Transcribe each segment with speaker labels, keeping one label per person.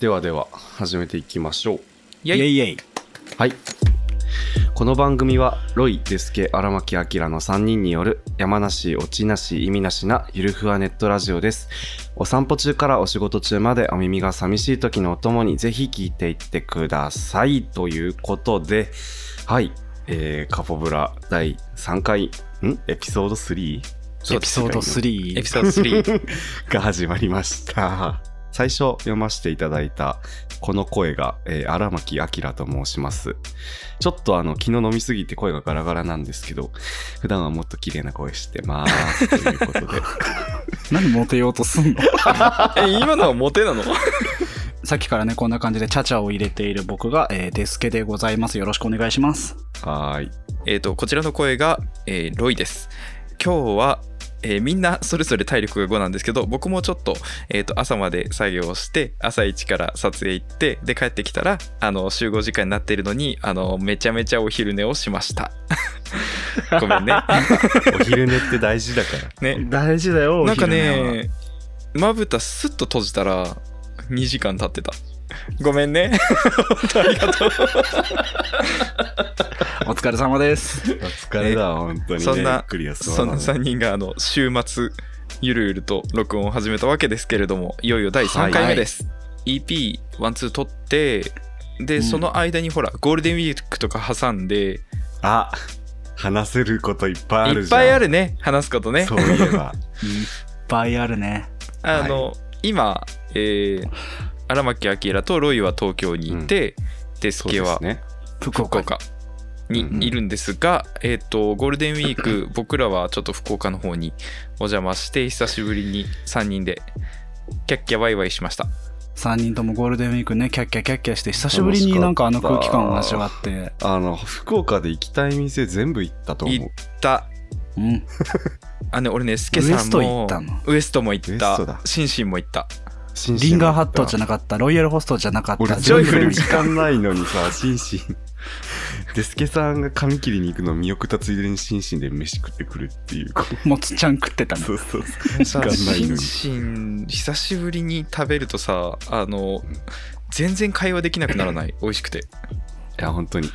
Speaker 1: ではでは始めていきましょう
Speaker 2: イェイイェイ
Speaker 1: はいこの番組はロイ・デスケ荒牧明の3人による山梨落ちなし意味なしなゆるふわネットラジオですお散歩中からお仕事中までお耳が寂しい時のお供にぜひ聞いていってくださいということではい、えー、カポブラ第3回んエピソード 3?
Speaker 2: エピソード3
Speaker 3: エピソード3。
Speaker 1: が始まりました。最初読ませていただいたこの声が、えー荒牧明と申します。ちょっとあの昨日飲みすぎて声がガラガラなんですけど、普段はもっと綺麗な声してますということで。
Speaker 2: 何モテようとすんの
Speaker 3: え、今のはモテなの
Speaker 2: さっきからねこんな感じでチャチャを入れている僕が、えーデスケでございますよろしくお願いします
Speaker 1: はーい。
Speaker 3: えっと、こちらの声が、えーロイです。今日は、えーみんなそれぞれ体力が5なんですけど、僕もちょっと、えっ、と、朝まで作業をして、朝一から撮影行って、で、帰ってきたら、あの、集合時間になっているのに、あの、めちゃめちゃお昼寝をしました。 ごめんね。
Speaker 1: お昼寝って大事だから。
Speaker 3: ね。
Speaker 2: 大事だよ
Speaker 3: なんかね、まぶたスッと閉じたら、2時間経ってた。ごめんね。本当ありがとう。
Speaker 2: お疲れ 様です
Speaker 1: お疲れだ、本当に、ね。
Speaker 3: そんな
Speaker 1: ゆっくり休ま
Speaker 3: そん
Speaker 1: な
Speaker 3: な
Speaker 1: ね
Speaker 3: 3人があの週末ゆるゆると録音を始めたわけですけれどもいよいよ第3回目です、EP12 撮ってで、
Speaker 2: うん
Speaker 3: その間にほらゴールデンウィークとか挟んで
Speaker 1: あ話せることいっぱいあ
Speaker 3: い
Speaker 1: る
Speaker 3: っ
Speaker 1: じゃん。
Speaker 3: ぱいあるね話すことね
Speaker 1: そういえば。
Speaker 2: いっぱいあるね
Speaker 3: あの、今、えー荒牧明とロイは東京にいて、デス
Speaker 1: そう
Speaker 3: ケ
Speaker 1: で
Speaker 3: は
Speaker 1: すね。
Speaker 2: 福
Speaker 3: 福
Speaker 2: 岡
Speaker 3: 岡
Speaker 1: うん
Speaker 3: にいるんですが、えっ、とゴールデンウィーク僕らはちょっと福岡の方にお邪魔して久しぶりに3人でキャッキャワイワイしました
Speaker 2: 3人ともゴールデンウィークねキャッキャキャッキャして久しぶりになんかあの空気感を味わって
Speaker 1: あの、福岡で行きたい店全部行ったと思う。
Speaker 3: 行った
Speaker 2: うん
Speaker 3: あね俺ねスケさんも
Speaker 2: ウエスト行ったの
Speaker 3: ウエストも行っ
Speaker 1: ウエスト
Speaker 3: た
Speaker 1: だ
Speaker 3: シンシンも行った
Speaker 1: 新
Speaker 2: リ
Speaker 1: 鮮
Speaker 2: ン
Speaker 1: だ
Speaker 2: ガー
Speaker 1: った
Speaker 2: ハットじゃなかったロイヤルホストじゃなかっ
Speaker 1: 俺
Speaker 2: た
Speaker 1: ジョイフル
Speaker 2: 全
Speaker 1: 時
Speaker 2: 然
Speaker 1: 間ないのにさ、シンシン。デスケさんが髪切りに行くの見送ったついでにシンシンで飯食ってくるっていう。
Speaker 2: もつちゃん食っ てたの
Speaker 1: そうそうそう。時
Speaker 3: さ
Speaker 1: 間ない
Speaker 3: シ
Speaker 1: の
Speaker 3: ン
Speaker 1: に。
Speaker 3: シン久しぶりに食べるとさあの全然会話できなくならない美味しくて、
Speaker 1: いや、本当に。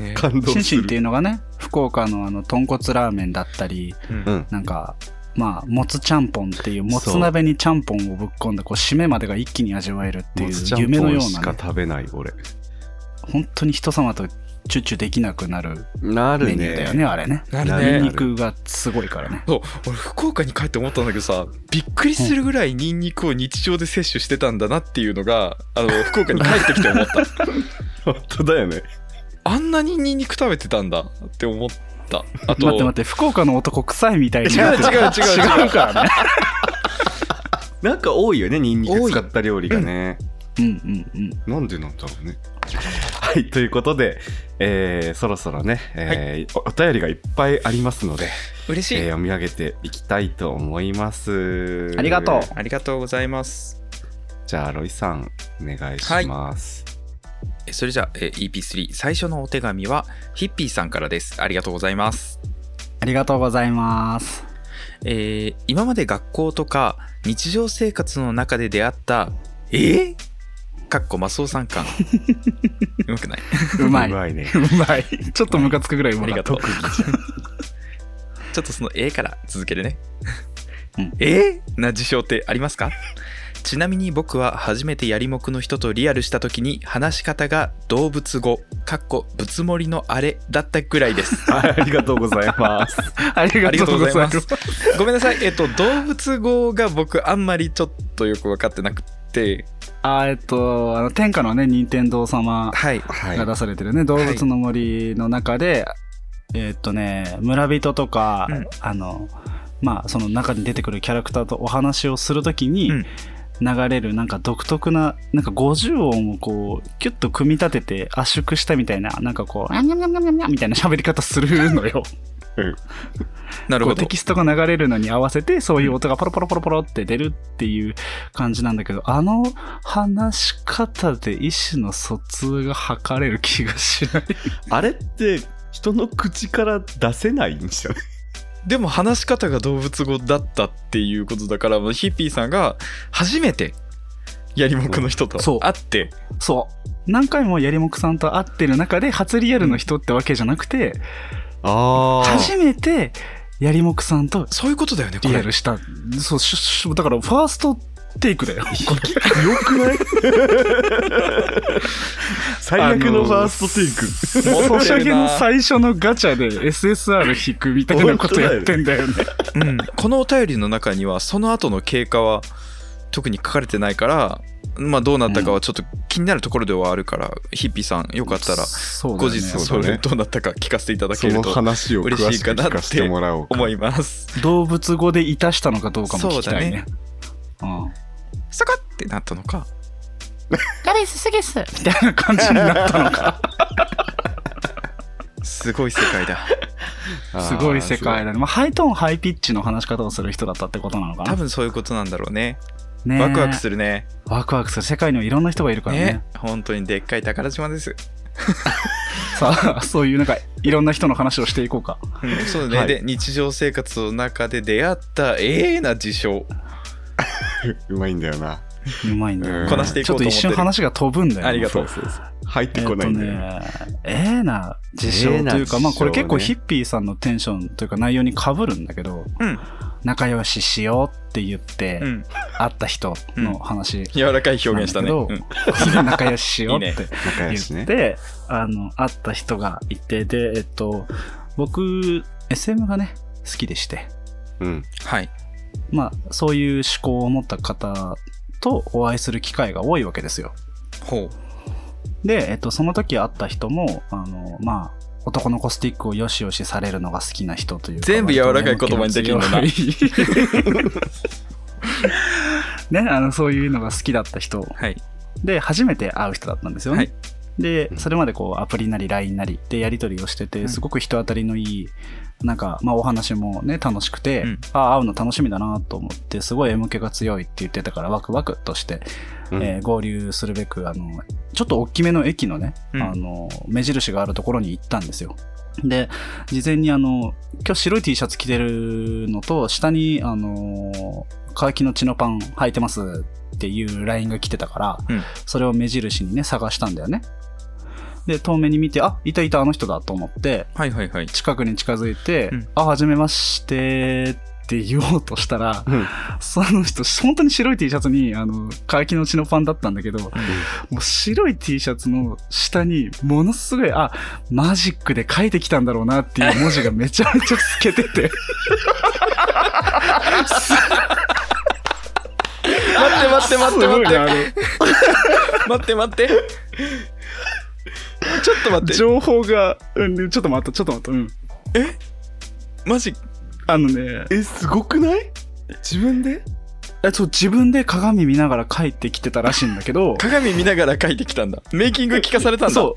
Speaker 3: ね
Speaker 1: 感動す
Speaker 2: シ
Speaker 1: る。
Speaker 2: ンシンっていうのがね福岡のあの豚骨ラーメンだったり
Speaker 3: うん
Speaker 1: うん。
Speaker 2: なんかまあもつちゃんぽんっていうもつ鍋にちゃんぽんをぶっ込んでこう締めまでが一気に味わえるってい
Speaker 1: も
Speaker 2: う
Speaker 1: つちゃん
Speaker 2: 夢
Speaker 1: ぽ
Speaker 2: の
Speaker 1: ん
Speaker 2: よう
Speaker 1: し
Speaker 2: な
Speaker 1: か
Speaker 2: ね、
Speaker 1: 食べない、俺。
Speaker 2: 本当に人様とチュッチュできなくなる
Speaker 1: な
Speaker 2: メニューだよね。あれね
Speaker 3: なる
Speaker 1: な
Speaker 3: ね
Speaker 1: る
Speaker 2: ニンニクがすごいからね
Speaker 3: そう俺福岡に帰って思ったんだけどさびっくりするぐらいニンニクを日常で摂取してたんだなっていうのが あの福岡に帰ってきて思った
Speaker 1: 本当だよね。
Speaker 3: あんなにニンニク食べてたんだって思ったあと
Speaker 2: 待って待って福岡の男臭いみたいに
Speaker 3: 違う違う違う違う
Speaker 2: 違うからね
Speaker 1: なんか多いよね、ニンニク使った料理がね。
Speaker 2: うんうんうん
Speaker 1: なんでなんだろうね。はい、ということで、えーそろそろね、えーおお便りがいっぱいありますので、
Speaker 3: 嬉しい、
Speaker 1: えー読み上げていきたいと思います。
Speaker 2: ありがとう
Speaker 3: ありがとうございます
Speaker 1: じゃあ、ロイさん、お願いします。
Speaker 3: えそれじゃあ、えー EP3 最初のお手紙はヒッピーさんからですありがとうございます、
Speaker 2: ありがとうございます
Speaker 3: えー今まで学校とか日常生活の中で出会ったえー、かっこマスオさん 感うまくないう
Speaker 2: まいうう
Speaker 1: まいね。
Speaker 2: まいちょっとムカつくぐらいう
Speaker 3: あ
Speaker 2: ま
Speaker 3: り
Speaker 2: か
Speaker 3: が
Speaker 2: っ
Speaker 3: とう
Speaker 2: た
Speaker 3: ちょっとそのえーから続けるね、
Speaker 2: うん
Speaker 3: えーな事象ってありますかちなみに僕は初めてやりもくの人とリアルした時に話し方が動物語かっこぶつもりのあれだったぐらいです
Speaker 1: はいありがとうございます。
Speaker 2: あり
Speaker 3: ありがと
Speaker 2: がと
Speaker 3: う
Speaker 2: う
Speaker 3: ご
Speaker 2: ご
Speaker 3: ざ
Speaker 2: ざ
Speaker 3: い
Speaker 2: い
Speaker 3: ま
Speaker 2: ますす。
Speaker 3: ごめんなさい、え っと、動物語が僕、あんまりちょっとよく分かってなくて、
Speaker 2: あーえっと、あの天下のね、任天堂様
Speaker 3: はい。
Speaker 1: は
Speaker 2: が出されてるね、動物の森の中で、えっとね、村人とか、
Speaker 3: うん
Speaker 2: あの、まあ、その中に出てくるキャラクターとお話をするときに
Speaker 3: うん
Speaker 2: 流れるなんか独特な、なんか50音をこう、キュッと組み立てて圧縮したみたいな、なんかこう、あにゃにゃにゃにゃにゃみたいな喋り方するのよ。
Speaker 3: なる
Speaker 2: こ
Speaker 3: ほ
Speaker 2: う
Speaker 3: ど
Speaker 2: テ。キストが流れるのに合わせてそういう音がポロポロポロポロって出るっていう感じなんだけどあの話し方で意思の疎通が図れる気がしない
Speaker 1: あれって、人の口から出せないんじゃない
Speaker 3: でも、話し方が動物語だったっていうことだから、ヒッピーさんが、初めてやりもくの人と
Speaker 2: そう
Speaker 3: 会って
Speaker 2: そう何回もやりもくさんと会ってる中で初リアルの人ってわけじゃなくて、
Speaker 1: ああ。
Speaker 2: 初めてやりもくさんと
Speaker 3: そういうことだよねこ
Speaker 2: リア
Speaker 3: れ
Speaker 2: ルしたそうししだからファーストテイ クだよ
Speaker 1: よく ない最 悪のファーストテイク。
Speaker 3: 持
Speaker 2: ソ
Speaker 3: って
Speaker 2: シャ
Speaker 3: る
Speaker 2: ゲの
Speaker 3: な
Speaker 2: 最初のガチャで SSR 引くみたいなことやってんだよ ね
Speaker 3: うん、このお便りの中にはその後の経過は特に書かれてないから、まあ、どうなったかはちょっと気になるところではあるから、ヒッピーさんよかったら
Speaker 2: そうだ
Speaker 3: 後
Speaker 2: よね
Speaker 3: 日
Speaker 1: そ
Speaker 3: そう
Speaker 1: だ
Speaker 3: れ
Speaker 1: ね
Speaker 3: どうなったか聞かせていただ
Speaker 1: そ
Speaker 3: ける
Speaker 1: の
Speaker 3: と
Speaker 1: 話を詳
Speaker 3: 嬉し
Speaker 1: し
Speaker 3: い
Speaker 1: く
Speaker 3: かなっ
Speaker 1: 聞
Speaker 3: て
Speaker 1: かせてもらおうか。
Speaker 3: 思います。
Speaker 2: 動物語でいたしたのかどうかも聞きたいねうん、
Speaker 3: サカってなったのか
Speaker 4: 誰です、すげっす。
Speaker 2: みたいな感じになったの か
Speaker 3: すごい世界 だ
Speaker 1: あー
Speaker 2: すごい世界だね、まあ、ハイトーンハイピッチの話し方をする人だったってことなのか
Speaker 3: 多
Speaker 2: な
Speaker 3: 分そういうことなんだろうね
Speaker 2: ね
Speaker 3: ワクワクす
Speaker 2: る
Speaker 3: るね
Speaker 2: ワクワクする世界にはいろんな人がいるからね
Speaker 3: ね本当にでっかい宝島です、
Speaker 2: さあ そういうなんかいろんな人の話をしていこうか
Speaker 3: うんそうね、
Speaker 1: はい
Speaker 3: で日常生活の中で出会ったええな事象
Speaker 1: そううまいんだよな。
Speaker 2: うまいんだよ、
Speaker 1: うん
Speaker 2: ね、
Speaker 1: こ
Speaker 3: なしていこうと思ってる
Speaker 2: ちょっと一瞬話が飛ぶんだよね
Speaker 3: ありがとう
Speaker 1: 入ってこないんだよね。
Speaker 2: えっとねええな事象とい
Speaker 1: ええ
Speaker 2: うか、
Speaker 1: な事象ね
Speaker 2: まあこれ結構ヒッピーさんのテンションというか内容にかぶるんだけど
Speaker 3: うん
Speaker 2: 仲良ししようって言って
Speaker 3: うん
Speaker 2: 会った人の 話、
Speaker 3: 柔らかい表現したね、
Speaker 2: なんだ
Speaker 3: う
Speaker 2: け
Speaker 3: ん
Speaker 2: ど仲良ししようっ
Speaker 3: いいね
Speaker 2: て
Speaker 1: 仲良し
Speaker 2: 言っ
Speaker 1: ね。
Speaker 2: てあの会った人がいてでえっと僕 SM がね好きでして
Speaker 1: うん。
Speaker 3: はい
Speaker 2: まあそういう思考を持った方とお会いする機会が多いわけですよ
Speaker 3: ほ
Speaker 2: で、えっと、その時会った人もあのまあ男の子スティックをよしよしされるのが好きな人というか
Speaker 3: 全部柔らかい言葉にできるんだな
Speaker 2: 割と強い ねあのそういうのが好きだった人
Speaker 3: うはい
Speaker 2: で初めて会う人だったんですよね、
Speaker 3: はい
Speaker 2: でそれまでこうアプリなり LINE なりでやり取りをして
Speaker 3: う
Speaker 2: て
Speaker 3: ん
Speaker 2: すごく人当たりのいいなんか、まあ、お話もね楽しくて、
Speaker 3: うん
Speaker 2: ああ会うの楽しみだなと思ってすごい M 気が強いって言ってたからワクワクとして、
Speaker 1: うん
Speaker 2: えー合流するべくあのちょっと大きめの駅のね、
Speaker 3: うん
Speaker 2: あの目印があるところに行ったんですよで事前にあの今日白い T シャツ着てるのと下にあの乾きのチノパン履いてますっていう LINE が来てたから、
Speaker 3: うん
Speaker 2: それを目印にね探したんだよねで遠目に見てあいたいたあの人だと思って
Speaker 3: はいはいはい
Speaker 2: 近くに近づいて
Speaker 3: う
Speaker 2: 「
Speaker 3: ん
Speaker 2: あはじめまして」って言おうとしたら、
Speaker 1: うん
Speaker 2: その人本当に白い T シャツにあの乾きのチノパンだったんだけど、もう白い T シャツの下にものすごいあマジックで書いてきたんだろうなっていう文字がめちゃめちゃ透けて
Speaker 3: 待
Speaker 2: て
Speaker 3: って 待って待って待って待って 待ってちょっと待って
Speaker 2: 情報が、うん、ちょっと待ったちょっと待ったうん
Speaker 3: マジ
Speaker 2: あのね
Speaker 1: え、すごくない自分で
Speaker 2: えそう自分で鏡見ながら書いてきてたらしいんだけ ど
Speaker 3: 鏡見ながら書いてきたんだメイキング聞かされたんだ
Speaker 2: そ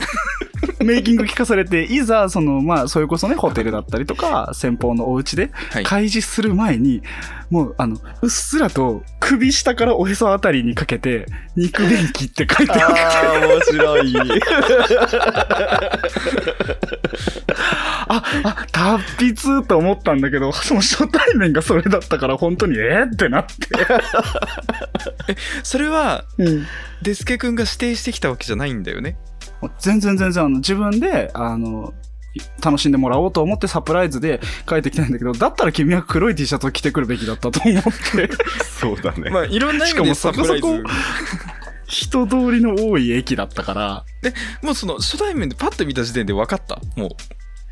Speaker 2: うメイキング聞かされていざそのまあそれこそねホテルだったりとか先方のお家で
Speaker 3: はい
Speaker 2: 開示する前に、もうあのうっすらと首下からおへそあたりにかけて「肉便器」って書いて ある
Speaker 1: ああ、面白い。
Speaker 2: ああ達筆と思ったんだけどその初対面がそれだったから本当にえー、ってなって、
Speaker 3: それはデスケ君が指定してきたわけじゃないんだよね
Speaker 2: 全然全然あの自分であの楽しんでもらおうと思ってサプライズで書いてきたんだけどだったら君は黒い T シャツを着てくるべきだったと思って。
Speaker 1: そうだね。
Speaker 3: まあいろんな意味で
Speaker 2: し
Speaker 3: サ
Speaker 2: かもそ
Speaker 3: プ
Speaker 2: こそ
Speaker 3: ラ
Speaker 2: こ
Speaker 3: イズ
Speaker 2: 人通りの多い駅だったから、
Speaker 3: もうその初対面でパッと見た時点で分かったもう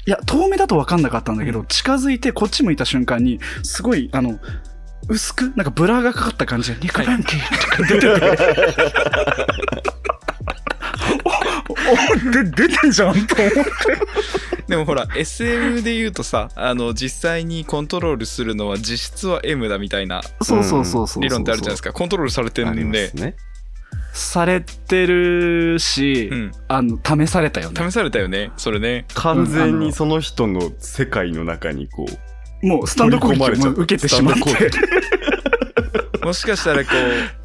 Speaker 2: いや、遠目だと分かんなかったんだけど、近づいてこっち向いた瞬間に、すごい、あの、薄く、なんかブラがかかった感じで、肉弁慶とか出てて。 おおで出てんじゃんと思って
Speaker 3: でもほら SM で言うとさあの実際にコントロールするのは実質は M だみたいな
Speaker 2: そうそうそうそう
Speaker 3: 理論ってあるじゃないです
Speaker 2: か
Speaker 3: かコントロールされてる
Speaker 1: あり
Speaker 3: ん
Speaker 1: ま
Speaker 3: です
Speaker 1: ね。
Speaker 2: されてるし、
Speaker 3: うん
Speaker 2: あの試されたよね
Speaker 3: 試されたよねそれね
Speaker 1: 完全にその人の世界の中にこう。
Speaker 2: もうスタンド攻撃
Speaker 1: 取り込まれちゃ
Speaker 2: を
Speaker 1: った
Speaker 2: 受けてしまっ
Speaker 1: スタンド
Speaker 2: て
Speaker 3: もしかしたらこ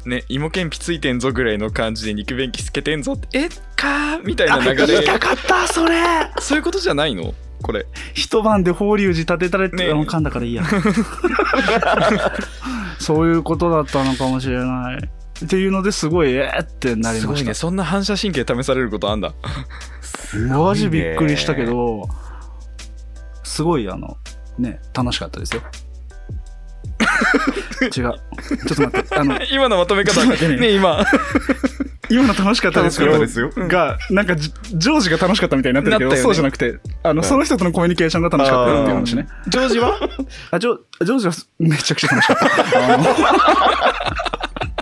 Speaker 3: うね芋けんぴついてんぞぐらいの感じで肉便器つけてんぞってえっかーみたいな流
Speaker 2: 痛
Speaker 3: れ
Speaker 2: かったそれ
Speaker 3: そういうことじゃないのこれ
Speaker 2: 一晩で法隆寺建てたれって、
Speaker 3: ねえ
Speaker 2: あの噛ん だからいいやそういうことだったのかもしれないっていうのですごいえーってなり
Speaker 3: す
Speaker 2: ま
Speaker 3: ごい
Speaker 2: し
Speaker 3: ね
Speaker 2: た
Speaker 3: そんな反射神経試されることあんだ
Speaker 1: すごいね
Speaker 2: マジびっくりしたけどすごいあのね楽しかったですよ違うちょっと待ってあの
Speaker 3: 今のまとめ方
Speaker 2: ちょっと待ってね
Speaker 3: ね今
Speaker 2: 今の楽しかったですけど
Speaker 1: 楽しかったですよ
Speaker 2: がなんかジョジョージが楽しかったみたいになってるけど、
Speaker 3: なったよね
Speaker 2: そうじゃなくてあの、その人とのコミュニケーションが楽しかったよっていう話ね
Speaker 3: ジョージは
Speaker 2: あジョジョージはめちゃくちゃ楽しかったあの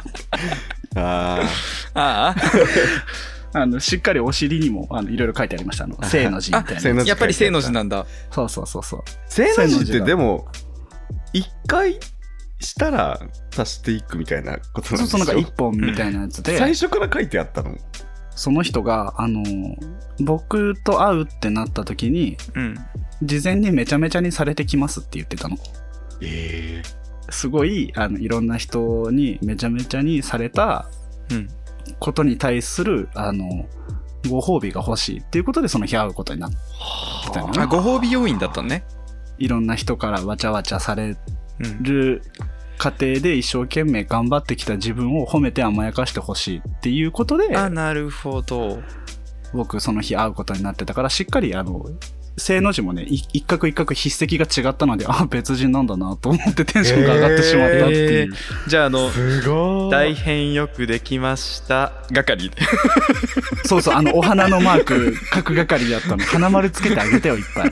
Speaker 1: あ
Speaker 3: あ
Speaker 2: あのしっかりお尻にもあのいろいろ書いてありましたあの「正の字」みたい
Speaker 1: 正
Speaker 2: な
Speaker 1: の
Speaker 3: あ
Speaker 1: 字
Speaker 3: やっぱり正の字なんだ
Speaker 2: そうそうそうそう
Speaker 1: 正の字っ
Speaker 2: 正の字
Speaker 1: て
Speaker 2: だ
Speaker 1: でも一回したら足していくみたいなことなん
Speaker 2: そ
Speaker 1: でし
Speaker 2: うそう
Speaker 1: ょ
Speaker 2: なんか一本みたいなやつで、
Speaker 1: 最初から書いてあったの
Speaker 2: その人があの僕と会うってなった時に
Speaker 3: うん
Speaker 2: 事前にめちゃめちゃにされてきますって言ってたの
Speaker 1: ええ
Speaker 2: すごいあのいろんな人にめちゃめちゃにされた
Speaker 3: うん
Speaker 2: ことに対するあのご褒美が欲しいっていうことでその日会うことになったのね
Speaker 3: あご褒美要因だったのね
Speaker 2: いろんな人からわちゃわちゃされ
Speaker 3: うん
Speaker 2: る過程で一生懸命頑張ってきた自分を褒めて甘やかしてほしいっていうことで
Speaker 3: あなるほど
Speaker 2: 僕その日会うことになってたからしっかりあの正の字もねい一画一画筆跡が違ったので あ別人なんだなと思ってテンションが上がってしまったっていう、
Speaker 3: えーじゃああの
Speaker 1: すご
Speaker 3: 大変よくできました係で
Speaker 2: そうそうあのお花のマーク書く係だったの花丸つけてあげてよいっぱい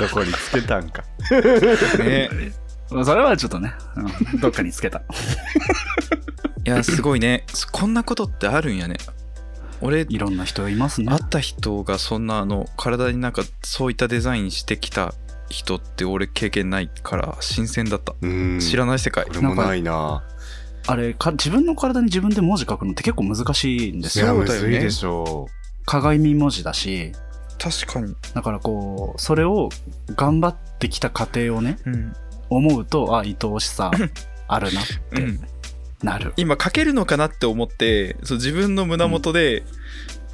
Speaker 1: どこにつけたんか
Speaker 3: ね
Speaker 2: それはちょっとね、うんどっかにつけた
Speaker 3: いやすごいねそこんなことってあるんやね俺
Speaker 2: いろんな人いますね
Speaker 3: 会った人がそんなあの体になんかそういったデザインしてきた人って俺経験ないから新鮮だった、
Speaker 1: うん
Speaker 3: 知らない世界
Speaker 1: これもないな
Speaker 2: あれか自分の体に自分で文字書くのって結構難しいんです
Speaker 1: いや
Speaker 2: よ
Speaker 1: むずいでしょ
Speaker 2: 鏡文字だし
Speaker 3: 確かに、
Speaker 2: だからこうそれを頑張ってきた過程をね
Speaker 3: うん
Speaker 2: 思うとあ愛おしさあるなって
Speaker 3: うん
Speaker 2: なる
Speaker 3: 今書けるのかなって思ってそう自分の胸元で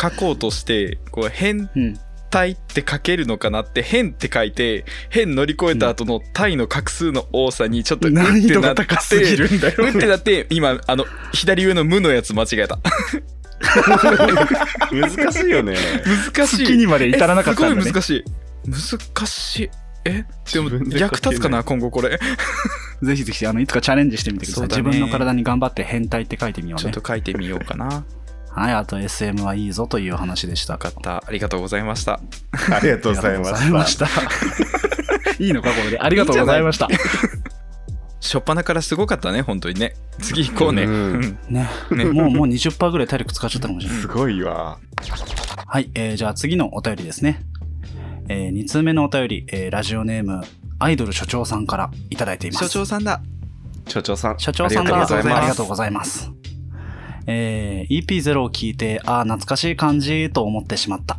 Speaker 3: 書こうとして、こう変
Speaker 2: うん
Speaker 3: 態って書けるのかなって変って書いて変乗り越えた後の体の画数の多さにちょっとうってなっ
Speaker 2: 難易
Speaker 3: て
Speaker 2: 度が高すぎるんだよ
Speaker 3: うってなって今あの左上の無のやつ間違えた
Speaker 1: う難しいよね
Speaker 3: 難しい
Speaker 2: 月にまで至らなかったん
Speaker 3: え
Speaker 2: だ
Speaker 3: すごい
Speaker 2: ね
Speaker 3: 難しい難しいえでも
Speaker 1: 自分で
Speaker 3: 役立つかな今後これ
Speaker 2: ぜひぜひあのいつかチャレンジしてみてください、
Speaker 3: そうだ
Speaker 2: 自
Speaker 3: ね
Speaker 2: 分の体に頑張って変態って書いてみよう
Speaker 3: ちょっ
Speaker 2: ね
Speaker 3: と書いてみようかな
Speaker 2: はいあと SM はいいぞという話でした
Speaker 3: 分かったありがとうございました
Speaker 1: ありがとうござい
Speaker 2: あ
Speaker 1: ま
Speaker 2: りがとうございま
Speaker 1: し
Speaker 2: したたいいのかこれでありがとうございました
Speaker 3: 初っ端からすごかったね本当にね次行こうね、
Speaker 1: う
Speaker 3: うんん
Speaker 2: ね
Speaker 3: ね
Speaker 2: もうもう20%ぐらい体力使っちゃったかもしれない
Speaker 1: すごいわ
Speaker 2: はい、えーじゃあ次のお便りですね。え2通目のお便り、えーラジオネーム、アイドル所長さんからいただいています。
Speaker 3: 所長さんだ
Speaker 1: 所長さん
Speaker 2: 所長さん
Speaker 1: あり
Speaker 2: が
Speaker 1: がとうござい
Speaker 2: あり
Speaker 1: ま
Speaker 2: が
Speaker 1: す
Speaker 2: とうございます。えー EP0 を聞いて、ああ、懐かしい感じと思ってしまった。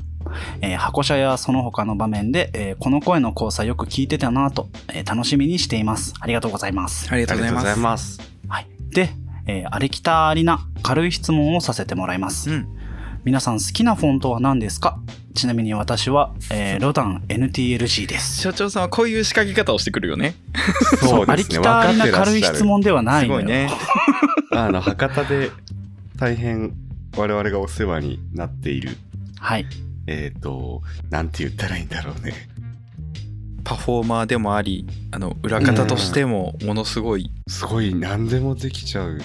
Speaker 2: えー箱車やその他の場面で、えーこの声の交差よく聞いてたなぁと、えー楽しみにしています。ありがとうございます。
Speaker 3: ありが
Speaker 1: あ
Speaker 3: とう
Speaker 1: り
Speaker 3: ご
Speaker 1: がと
Speaker 3: ざいう
Speaker 1: ござ
Speaker 3: ま
Speaker 1: い
Speaker 3: す
Speaker 1: ます
Speaker 2: はい。で、えー、ありきたりな軽い質問をさせてもらいます。
Speaker 3: うん
Speaker 2: 皆さん好きなフォントは何ですかちなみに私は、えーロダン NTLG です。
Speaker 3: 所長さんはこういう仕掛け方をしてくるよね
Speaker 1: そう
Speaker 2: あ
Speaker 1: で
Speaker 2: り
Speaker 1: すね
Speaker 2: きたりな軽
Speaker 1: 分かって
Speaker 2: い
Speaker 1: らっしゃる
Speaker 2: 質問ではない
Speaker 3: す
Speaker 2: の
Speaker 3: ごい
Speaker 2: よ
Speaker 3: ね
Speaker 1: あの博多で大変我々がお世話になっている
Speaker 2: はい。
Speaker 1: えっ、となんて言ったらいいんだろうね
Speaker 3: パフォーマーでもありあの裏方としてもものすごい、
Speaker 1: すごい何でもできちゃう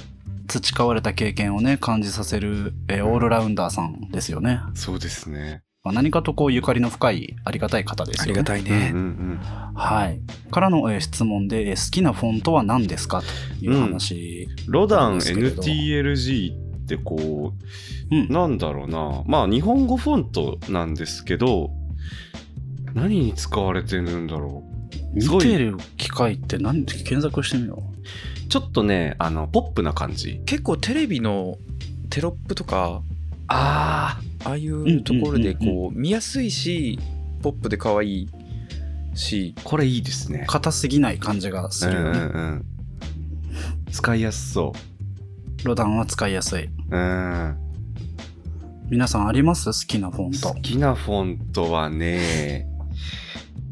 Speaker 2: 培われた経験をね、感じさせる、えーオールラウンダーさんですよね。
Speaker 1: そうですね
Speaker 2: まあ何かとこう、ゆかりの深い、ありがたい方です
Speaker 3: あ
Speaker 2: よね。
Speaker 3: りがたい
Speaker 1: うん
Speaker 3: ね、
Speaker 1: うん
Speaker 2: はい。からの、えー質問で、えー好きなフォントは何ですかという話。
Speaker 1: ロダン
Speaker 2: ですけれど
Speaker 1: NTLG ってこう、
Speaker 2: うん
Speaker 1: なんだろうなまあ日本語フォントなんですけど何に使われてるんだろす
Speaker 2: 見
Speaker 1: ごい
Speaker 2: てる機会って何検索してみよう。
Speaker 1: うちょっとねあのポップな感じ
Speaker 3: 結構テレビのテロップとか
Speaker 1: あ
Speaker 3: ああいうところで
Speaker 2: うんうん
Speaker 3: こう見やすいしポップで可愛いし
Speaker 1: これいいですね
Speaker 2: 硬すぎない感じがするよね。
Speaker 1: うんうんうん使いやすそ
Speaker 2: ロダンは使いやすい。
Speaker 1: ううん
Speaker 2: 皆さんあります好きなフォント
Speaker 1: 好。きなフォントはね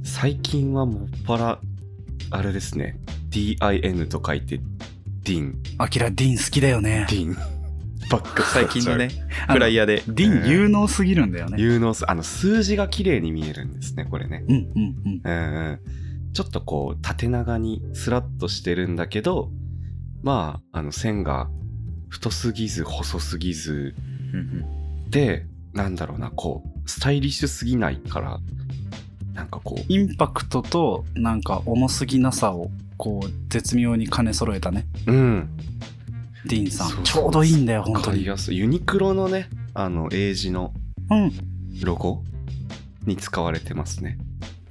Speaker 1: 最近はもっぱらあれですね DIN と書いてディン
Speaker 2: アキラディン好きだよね
Speaker 1: デ。ィンばっか
Speaker 3: 最近 のね
Speaker 2: あ
Speaker 3: フライヤーで
Speaker 2: ディン有能すぎるんだよね。
Speaker 1: 有能すあの数字が綺麗に見えるんですねこれね
Speaker 2: うんうんうん。
Speaker 1: うんうんちょっとこう縦長にスラッとしてるんだけどまああの線が太すぎず細すぎず
Speaker 3: うん
Speaker 1: でなんだろうなこうスタイリッシュすぎないからなんかこう
Speaker 2: インパクトとなんか重すぎなさをこう絶妙に兼ね揃えたね
Speaker 1: うん
Speaker 2: ディーンさ
Speaker 1: そ
Speaker 2: ん
Speaker 1: う
Speaker 2: ちょうどいいんだよ本当
Speaker 1: 買い
Speaker 2: に
Speaker 1: やすいユニクロのねあの英字の
Speaker 2: うん
Speaker 1: ロゴに使われてますね、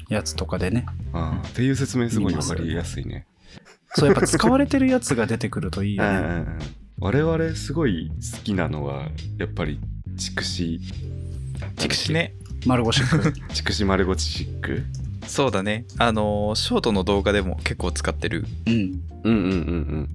Speaker 2: やつとかでね
Speaker 1: うん、っていう説明すごい分かりやすいね
Speaker 2: そうやっぱ使われてるやつが出てくるといいよ
Speaker 1: うん う
Speaker 2: ね
Speaker 1: んうん我々すごい好きなのはやっぱり筑紫
Speaker 3: チクシね
Speaker 2: 丸ゴシック
Speaker 1: 筑紫丸ゴチシック
Speaker 3: そうだねあのーショートの動画でも結構使ってる
Speaker 2: うん
Speaker 1: うんうんうんうん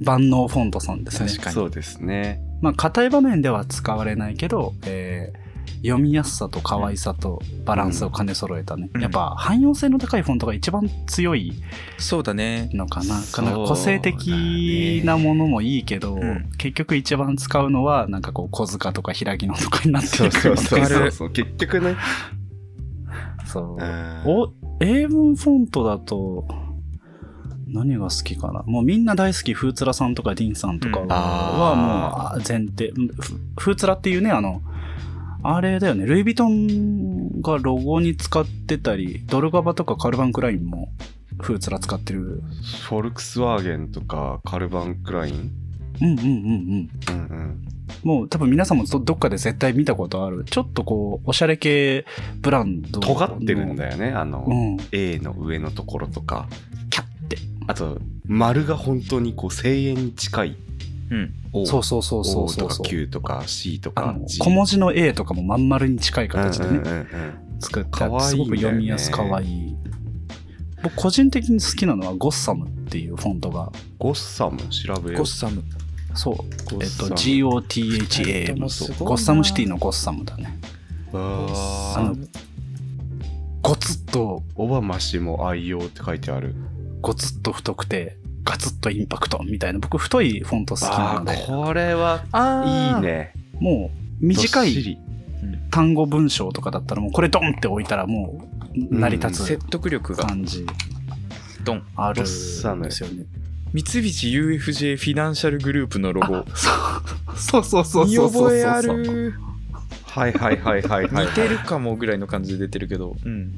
Speaker 2: 万能フォントさんですね
Speaker 3: 確かに
Speaker 1: そうですね
Speaker 2: まあ硬い場面では使われないけど、えー読みやすさと可愛さとバランスを兼ね揃えたね、
Speaker 3: うん
Speaker 2: やっぱ汎用性の高いフォントが一番強い
Speaker 3: そうだね
Speaker 2: のかな
Speaker 1: そう
Speaker 2: なんか個性的なものもいいけど、
Speaker 3: うん
Speaker 2: 結局一番使うのはなんかこう小塚とか開きのとかになっていく
Speaker 1: そうそうそ
Speaker 3: わ
Speaker 1: う
Speaker 3: か
Speaker 1: そう
Speaker 3: る
Speaker 1: そう結局ね
Speaker 2: そう
Speaker 1: うん
Speaker 2: お英文フォントだと何が好きかなもうみんな大好きフーツラさんとかディンさんとか
Speaker 3: うん
Speaker 2: は
Speaker 1: あ
Speaker 2: もう前提、フフーツラっていうねあのあれだよねルイ・ヴィトンがロゴに使ってたりドルガバとかカルバン・クラインもフーツラ使ってる
Speaker 1: フォルクスワーゲンとかカルバンクライン
Speaker 2: うんうんうん
Speaker 1: う
Speaker 2: うん
Speaker 1: んうん
Speaker 2: もう多分皆さんもどどっかで絶対見たことある。ちょっとこう、おしゃれ系ブランドの。
Speaker 1: 尖ってるんだよねあの、
Speaker 2: うん
Speaker 1: A の上のところとか
Speaker 2: キャッて。
Speaker 1: あと丸が本当にこう声援に近い
Speaker 3: うん
Speaker 2: そうそうそうそう
Speaker 1: O
Speaker 2: そ
Speaker 1: と
Speaker 2: う
Speaker 1: か
Speaker 2: そう。
Speaker 1: Q とか C と
Speaker 2: あ
Speaker 1: か
Speaker 2: の
Speaker 1: G
Speaker 2: 小文字の A とかもまん丸に近い形でね、
Speaker 1: うんうんうん
Speaker 2: 作ってあ
Speaker 1: か
Speaker 2: って、
Speaker 1: わい
Speaker 2: す
Speaker 1: いんだよね
Speaker 2: ごく読みやすかわいい。僕個人的に好きなのはゴッサムっていうフォントが、
Speaker 1: ゴッサム調べよ
Speaker 3: ゴ
Speaker 1: う
Speaker 3: ッサム
Speaker 2: そう、
Speaker 1: ゴ
Speaker 2: えっと、
Speaker 1: ム
Speaker 2: GOTHA もそう、ゴッサムシティのゴッサムだね。
Speaker 1: あ
Speaker 2: あ
Speaker 1: ー
Speaker 2: の、ゴツッと、
Speaker 1: オバマ氏も愛用って書いてある
Speaker 2: ゴツッと太くて、ガツッとインパクトみたいな、僕太いフォント好きな
Speaker 1: あ
Speaker 2: ので。
Speaker 1: ーこれは
Speaker 3: あー
Speaker 1: いいね
Speaker 2: もう短
Speaker 1: どっし
Speaker 2: い
Speaker 1: り
Speaker 2: 単語文章とかだったらもうこれドンって置いたらもう成り立
Speaker 3: 説得力
Speaker 2: つ
Speaker 3: が
Speaker 2: 感じ
Speaker 3: ドン
Speaker 2: あるん
Speaker 1: ボ
Speaker 2: で
Speaker 1: スさんの
Speaker 2: すよね。
Speaker 3: 三菱 UFJ フィナンシャルグループのロ
Speaker 2: あ
Speaker 3: ゴ
Speaker 2: そうそうそうそう
Speaker 3: 見
Speaker 2: そうそう
Speaker 3: 覚え
Speaker 2: そ
Speaker 3: あ
Speaker 2: うそう
Speaker 3: る
Speaker 1: はいはいはいはいはい
Speaker 3: 似てるかもぐらいの感じで出てるけど、うん、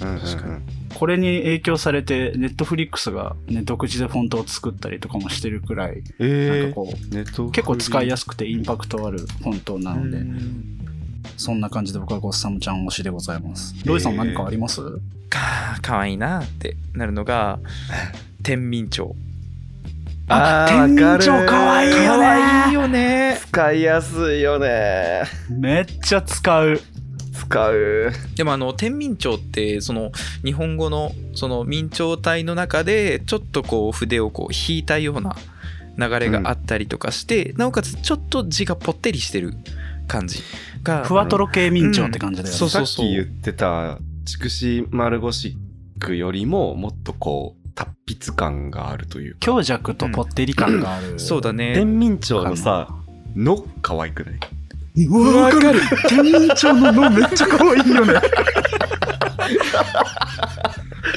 Speaker 1: 確
Speaker 3: 確かに
Speaker 2: これに影響されてネットフリックスが、ね、独自でフォントを作ったりとかもしてるくらい
Speaker 1: え
Speaker 2: なん
Speaker 1: ー
Speaker 2: かこう
Speaker 1: ネット
Speaker 2: 結構使いや
Speaker 1: す
Speaker 2: すくてインパクトあるフォントなので
Speaker 3: うん
Speaker 2: そんな感じで僕はゴッサムちゃん推しでございます。
Speaker 1: ー
Speaker 2: ロイさん何かあります
Speaker 3: かかわいいなってなるのが天民帳
Speaker 1: あー
Speaker 2: 天
Speaker 1: わ
Speaker 2: 秤
Speaker 1: か
Speaker 2: 帳
Speaker 1: る
Speaker 2: かわいいよね
Speaker 3: いいよね
Speaker 1: 使いやすいよね
Speaker 2: めっちゃ使う。
Speaker 1: 使う
Speaker 3: でもあの天民帳ってその日本語のその明朝体の中でちょっとこう筆をこう引いたような流れがあったりとかして、なおかつちょっと字がぽってりしてる感じが
Speaker 2: ふわとろ系民調って感じだよね。
Speaker 3: そう
Speaker 1: さ
Speaker 3: そ
Speaker 1: っ
Speaker 3: うそう
Speaker 1: き言ってた筑紫丸ゴシックよりももっとこう達筆感があるというか
Speaker 2: 強弱とぽってり感がある。
Speaker 3: そうだね
Speaker 1: 天秤帳のさ「の」可愛くないう
Speaker 2: わわかる天秤帳ののめっちゃ可愛いよね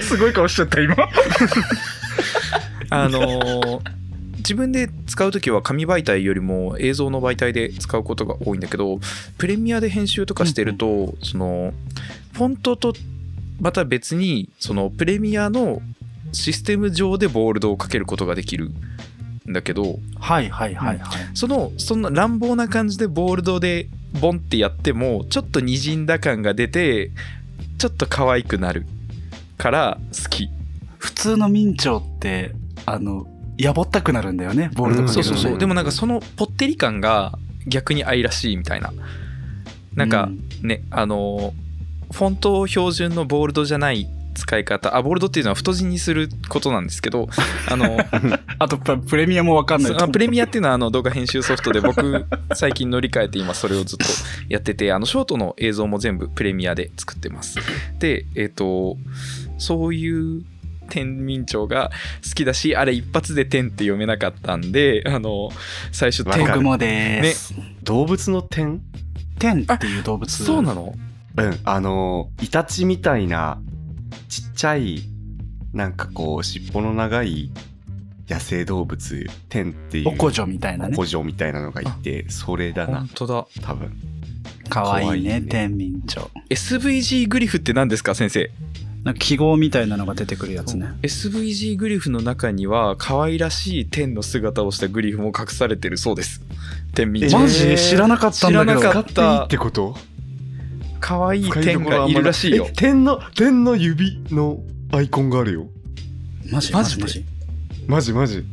Speaker 2: すごい顔しちゃった今
Speaker 3: あのー自分で使う時は紙媒体よりも映像の媒体で使うことが多いんだけどプレミアで編集とかしてると、そのフォントとまた別にそのプレミアのシステム上でボールドをかけることができるんだけど
Speaker 2: はいはいはいはい
Speaker 3: そのそんな乱暴な感じでボールドでボンってやってもちょっとにじんだ感が出てちょっと可愛くなるから好き。
Speaker 2: 普通の明朝ってあのやぼったくなるんだよねボールとか
Speaker 3: そうそ
Speaker 1: う
Speaker 3: う
Speaker 1: んうん
Speaker 3: そ
Speaker 1: うん
Speaker 3: うでもなんかそのぽってり感が逆に愛らしいみたいななんかね、あのーフォントを標準のボールドじゃない使い方あボールドっていうのは太字にすることなんですけどあの
Speaker 2: あとプレミアもわかんない
Speaker 3: そあプレミアっていうのはあの動画編集ソフトで僕 最近乗り換えて今それをずっとやっててあのショートの映像も全部プレミアで作ってますでえっ、とそういう天民帳が好きだしあれ一発で天って読めなかったんであの最初
Speaker 1: わか
Speaker 3: 天
Speaker 1: る
Speaker 2: 僕もです。
Speaker 1: 動物の点
Speaker 2: 天っていう動物。
Speaker 3: そうなの
Speaker 1: うんあのイタチみたいなちっちゃいなんかこう尻尾の長い野生動物天っていう
Speaker 2: おこじょみたいなね
Speaker 1: おこ。じょみたいなのがいてそれだな
Speaker 3: 本当だ
Speaker 1: 多分
Speaker 2: かわいい
Speaker 1: かわい
Speaker 2: ね、
Speaker 1: いね
Speaker 2: 天民鳥。
Speaker 3: SVG グリフって何ですか先生
Speaker 2: なんか記号みたいなのが出てくるやつね。
Speaker 3: SVG グリフの中には可愛らしい天の姿をしたグリフも隠されてるそうです天民
Speaker 1: え
Speaker 3: 帳
Speaker 2: マジ知らなかったんだけど。
Speaker 3: 知らなか
Speaker 1: 使
Speaker 3: っ
Speaker 1: ったていいってこと
Speaker 3: 可愛い天がいるらしいよ
Speaker 1: え点の点の指のアイコンがあるよ
Speaker 2: マジ
Speaker 3: マ
Speaker 2: マ
Speaker 3: ジ
Speaker 2: ジ
Speaker 3: で
Speaker 2: マジ。
Speaker 1: マジマジ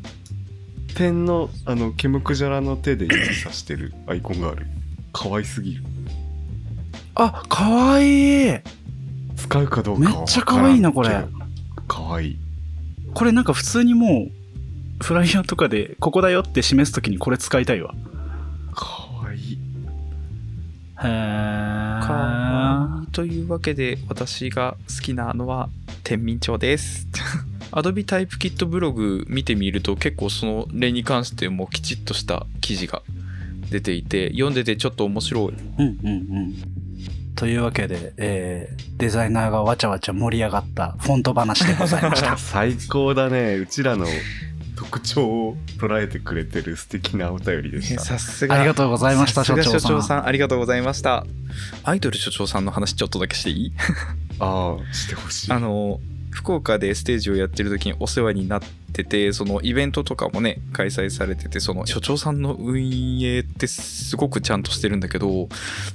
Speaker 1: 点のあのケムクジャラの手で指さしてるアイコンがある可愛すぎる
Speaker 2: あ、かわいい
Speaker 1: 使うかどうかは
Speaker 2: めっちゃ可愛いな
Speaker 1: 分からん
Speaker 2: こ
Speaker 1: けど可愛い
Speaker 2: これなんか普通にもう、フライヤーとかで、ここだよって示すときにこれ使いたいわ。
Speaker 1: 可愛い
Speaker 2: へー。
Speaker 3: かというわけで私が好きなのは天民帳です Adobe Typekit ブログ見てみると結構その例に関してもきちっとした記事が出ていて読んでてちょっと面白い
Speaker 2: うんうんうん。というわけで、えーデザイナーがわちゃわちゃ盛り上がったフォント話でございま した。
Speaker 1: 最高だねうちらの特徴を捉えてくれてる素敵なお便りでした
Speaker 3: さす
Speaker 2: ありがとうございました、
Speaker 3: さすが
Speaker 2: 所長さん。
Speaker 3: 所長さんありがとうございましたアイドル所長さんの話ちょっとだけしていい
Speaker 1: ああしてほしい
Speaker 3: あの福岡でステージをやってる時にお世話になっててそのイベントとかもね開催されててその所長さんの運営ってすごくちゃんとしてるんだけど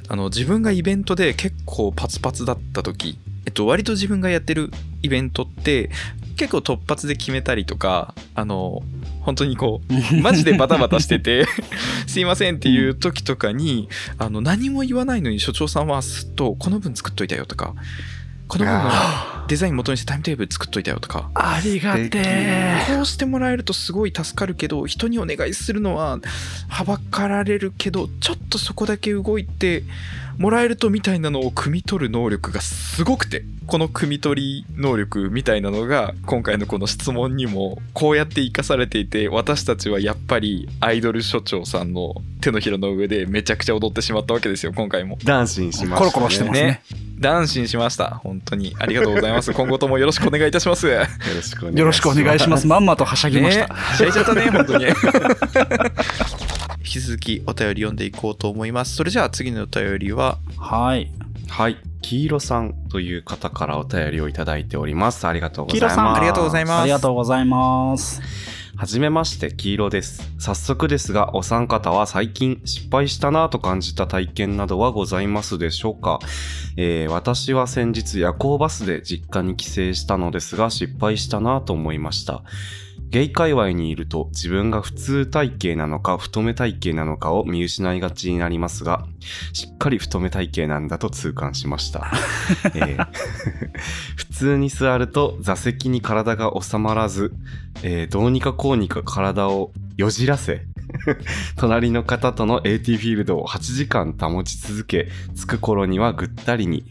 Speaker 3: あの自分がイベントで結構パツパツだった時、えっと、割と自分がやってるイベントって結構突発で決めたりとかあの本当にこうマ ジでバタバタして てすいませんっていう時とかにあの何も言わないのに所長さんはすっとこの分作っといたよとかこの分のデザイン元にしてタイムテーブル作っといたよとか
Speaker 2: ありがてえ。
Speaker 3: こうしてもらえるとすごい助かるけど人にお願いするのははばかられるけどちょっとそこだけ動いてもらえるとみたいなのを汲み取る能力がすごくてこの汲み取り能力みたいなのが今回のこの質問にもこうやって生かされていて私たちはやっぱりアイドル所長さんの手のひらの上でめちゃくちゃ踊ってしまったわけですよ今回も。
Speaker 1: ダンシンしましたね
Speaker 2: コロコロしてますね
Speaker 3: 男子にしました本当にありがとうございます今後ともよろしくお願いいたしますよ
Speaker 1: よろしくお願いします
Speaker 2: よろしくお願いします。まんまとはしゃぎました。
Speaker 3: はしゃいちゃったね本当に引き続きお便り読んでいこうと思いますそれじゃあ次のお便りは
Speaker 2: はい。
Speaker 1: はい黄色さんという方からお便りをいただいておりますありがとうございます
Speaker 2: 黄色さん
Speaker 3: ありがとうございます
Speaker 2: ありがとうございます。
Speaker 1: はじめまして、黄色です。早速ですが、お三方は最近失敗したなぁと感じた体験などはございますでしょうか、えー私は先日夜行バスで実家に帰省したのですが、失敗したなぁと思いました。ゲイ界隈にいると自分が普通体型なのか太め体型なのかを見失いがちになりますが、しっかり太め体型なんだと痛感しました。 えー普通に座ると座席に体が収まらず、えーどうにかこうにか体をよじらせ 隣の方との AT フィールドを8時間保ち続け着く頃にはぐったりに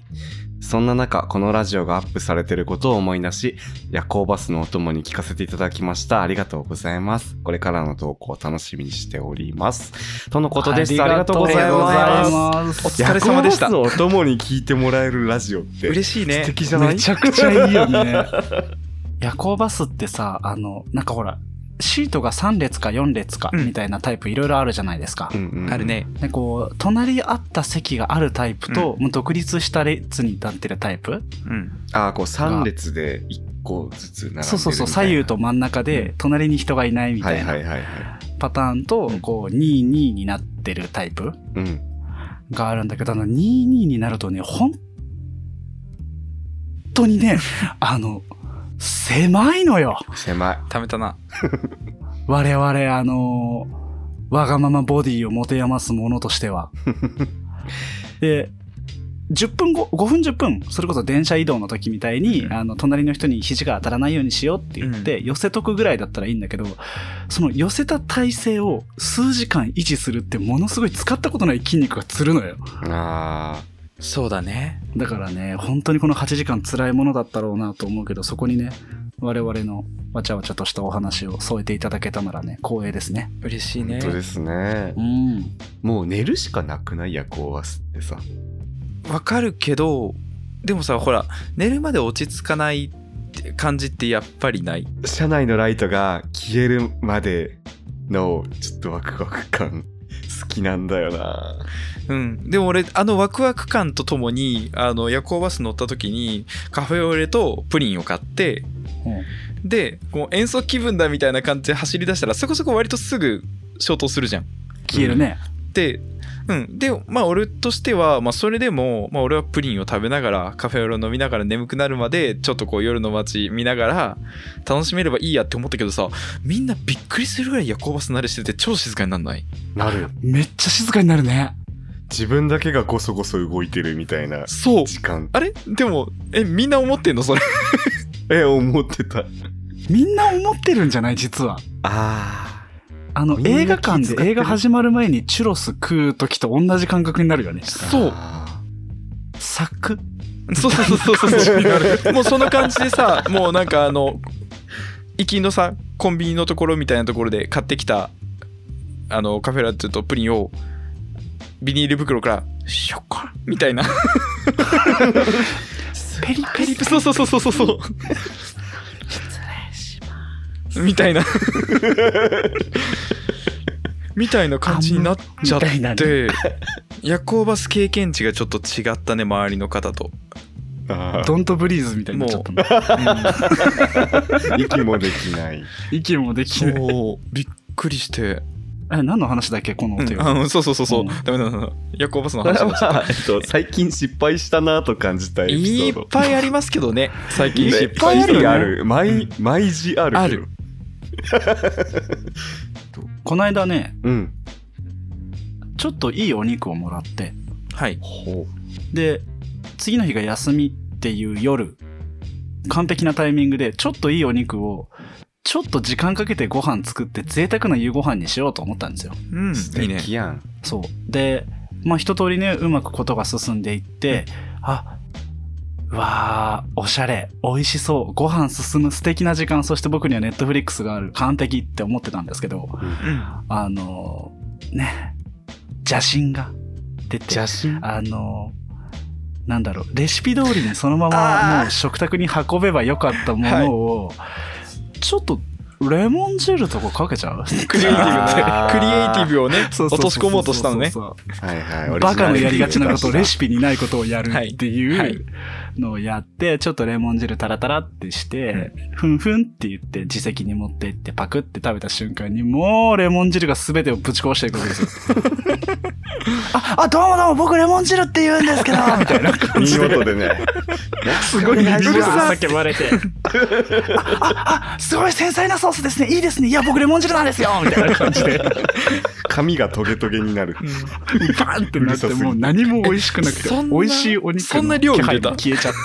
Speaker 1: そんな中このラジオがアップされてることを思い出し夜行バスのお供に聞かせていただきましたありがとうございますこれからの投稿を楽しみにしておりますとのことですありがとうございます
Speaker 2: ます
Speaker 3: お疲れ様でした
Speaker 1: 夜行バスのお供に聞いてもらえるラジオって
Speaker 3: 嬉しいね
Speaker 1: 素敵じゃない
Speaker 2: めちゃくちゃいいよね。夜行バスってさ、あの、なんかほら、シートが3列か4列か
Speaker 3: うん
Speaker 2: みたいなタイプいろいろあるじゃないですか。
Speaker 1: うんうんうん
Speaker 3: あるね
Speaker 2: でこう、隣り合った席があるタイプと、もう独立した列に立ってるタイプ。
Speaker 3: うん
Speaker 1: あーこう3列で1個ずつ並んでるみたいな
Speaker 2: そうそうそう、左右と真ん中で、隣に人がいないみたい
Speaker 1: は
Speaker 2: ない
Speaker 1: はいはいはい
Speaker 2: パターンと
Speaker 3: うん、
Speaker 2: こう、22になってるタイプ
Speaker 1: うん
Speaker 2: があるんだけど、あの、22になるとね、本当にね、 あの、狭いのよ。
Speaker 1: 狭い
Speaker 3: 貯めたな
Speaker 2: 我々、あのーわがままボディを持て余すものとし ては。で、10分後、5分10分、それこそ電車移動の時みたいに、
Speaker 3: うん
Speaker 2: あの、隣の人に肘が当たらないようにしようって言って、寄せとくぐらいだったらいいんだけど、その寄せた体勢を数時間維持するってものすごい使ったことない筋肉がつるのよ。
Speaker 1: あ
Speaker 3: そうだね
Speaker 2: だからね、本当にこの8時間辛いものだったろうなと思うけど、そこにね、我々のわちゃわちゃとしたお話を添えていただけたならね、光栄ですね。
Speaker 3: 嬉しいね
Speaker 1: 本当ですね
Speaker 2: うん。
Speaker 1: もう寝るしかなくない夜行バスってさ
Speaker 3: わかるけどでもさほら寝るまで落ち着かないって感じってやっぱりない
Speaker 1: 車内のライトが消えるまでのちょっとワクワク感好きなんだよな
Speaker 3: うん、でも俺あのワクワク感とともにあの夜行バス乗った時にカフェオレとプリンを買ってでこう演奏気分だみたいな感じで走り出したらそこそこ割とすぐ消灯するじゃん。
Speaker 2: 消えるね。
Speaker 3: で,、うん、でまあ俺としては、まあ、それでも、まあ、俺はプリンを食べながらカフェオレを飲みながら眠くなるまでちょっとこう夜の街見ながら楽しめればいいやって思ったけどさみんなびっくりするぐらい夜行バス慣れしてて超静かになんない
Speaker 1: なる
Speaker 2: めっちゃ静かになるね。
Speaker 1: 自分だけがゴソゴソ動いてるみたいな
Speaker 3: そう
Speaker 1: 時間
Speaker 3: あれでもえみんな思ってんのそれ
Speaker 1: え思ってた
Speaker 2: みんな思ってるんじゃない実は。
Speaker 1: あ
Speaker 2: あの、
Speaker 1: みんな
Speaker 2: 映画館
Speaker 1: 気遣って
Speaker 2: で
Speaker 1: る
Speaker 2: 映画始まる前にチュロス食う時と同じ感覚になるよね。
Speaker 1: ー
Speaker 3: そう
Speaker 1: あ
Speaker 2: サク
Speaker 3: そうそうそうそうそう。もうその感じでさ、もうなんかあの、行きのさ、コンビニのところみたいなところで買ってきた、あの、カフェラテとプリンを、ビニール袋から、ショコラみたいな。
Speaker 2: ペリペリペリ。
Speaker 3: そうそうそうそうそうそう。みたいな。みたいな感じになっちゃっ
Speaker 2: あみたいな
Speaker 3: て、夜行バス経験値がちょっと違ったね、周りの方と。
Speaker 1: ーあ
Speaker 2: ドントブリーズみたいになっちゃったの
Speaker 1: ー 息もでき ない
Speaker 2: 息もできない。
Speaker 3: そう、びっくりして。
Speaker 2: え何の話だっけこのお手
Speaker 3: うん
Speaker 2: 紙
Speaker 3: あうん、そうそうそうそう、
Speaker 2: うん
Speaker 3: ダメだダメだ夜行バスの
Speaker 1: これ
Speaker 3: 話
Speaker 1: は
Speaker 3: をし
Speaker 1: まあえっと最近失敗したなと感じたエ
Speaker 3: い
Speaker 1: ピ
Speaker 3: っ
Speaker 1: ソード
Speaker 3: ぱいありますけどね最近
Speaker 1: い
Speaker 3: 失
Speaker 1: っぱ
Speaker 3: 敗
Speaker 1: いあ
Speaker 3: して
Speaker 1: る
Speaker 3: る
Speaker 1: よ
Speaker 3: ね
Speaker 1: ある毎毎時ある
Speaker 3: ある
Speaker 2: この間ね、
Speaker 1: うん
Speaker 2: ちょっといいお肉をもらって、
Speaker 3: はい
Speaker 1: ほ
Speaker 2: で、次の日が休みっていう夜、完璧なタイミングで、ちょっといいお肉を、ちょっと時間かけてご飯作って贅沢な夕ご飯にしようと思ったんですよ。
Speaker 3: うん
Speaker 1: う素
Speaker 3: いいね
Speaker 1: 敵やん
Speaker 2: そう。で、まあ一通りね、うまくことが進んでいって、あ、うわー、おしゃれ、美味しそう、ご飯進む素敵な時間、そして僕にはネットフリックスがある、完璧って思ってたんですけど、
Speaker 3: うん
Speaker 2: あのーね、邪神が出て、
Speaker 1: 真
Speaker 2: あのーなんだろう、レシピ通りにそのまま
Speaker 3: あー
Speaker 2: もう食卓に運べばよかったものを、ちょっとレモン汁とかかけちゃう
Speaker 3: クリエイティ
Speaker 1: あ
Speaker 3: ブ
Speaker 1: ー
Speaker 3: ねクリエイティブをね
Speaker 2: そうそう
Speaker 3: 落とし込もうとしたのね
Speaker 2: そうそうそう
Speaker 1: はいはい
Speaker 2: バカのやりがちなことをレ
Speaker 1: シ
Speaker 2: シピにないことをやるって
Speaker 3: はいはいいう
Speaker 2: のをやって、ちょっとレモン汁タラタラってして、ふんふんって言って自席に持ってってパクって食べた瞬間にもうレモン汁が全てをぶち壊していくわけですよ。あ、あ、どうもどうも僕レモン汁って言うんですけど みたいな感
Speaker 1: 見
Speaker 2: じで。
Speaker 1: 事でね
Speaker 2: すごいリズムが
Speaker 1: う
Speaker 2: 叫ばれて。あ、あ、あ、すごい繊細なソースですね。いいですね。いや、僕レモン汁なんですよみたいな感じで、
Speaker 1: 髪がトゲトゲになる
Speaker 2: バーンってなって、もう何も美味しくなくて、
Speaker 3: えそんな
Speaker 2: 美味しいお肉の
Speaker 3: そんな量
Speaker 2: 気
Speaker 3: 入
Speaker 2: 配
Speaker 3: れた
Speaker 2: も消えちゃって。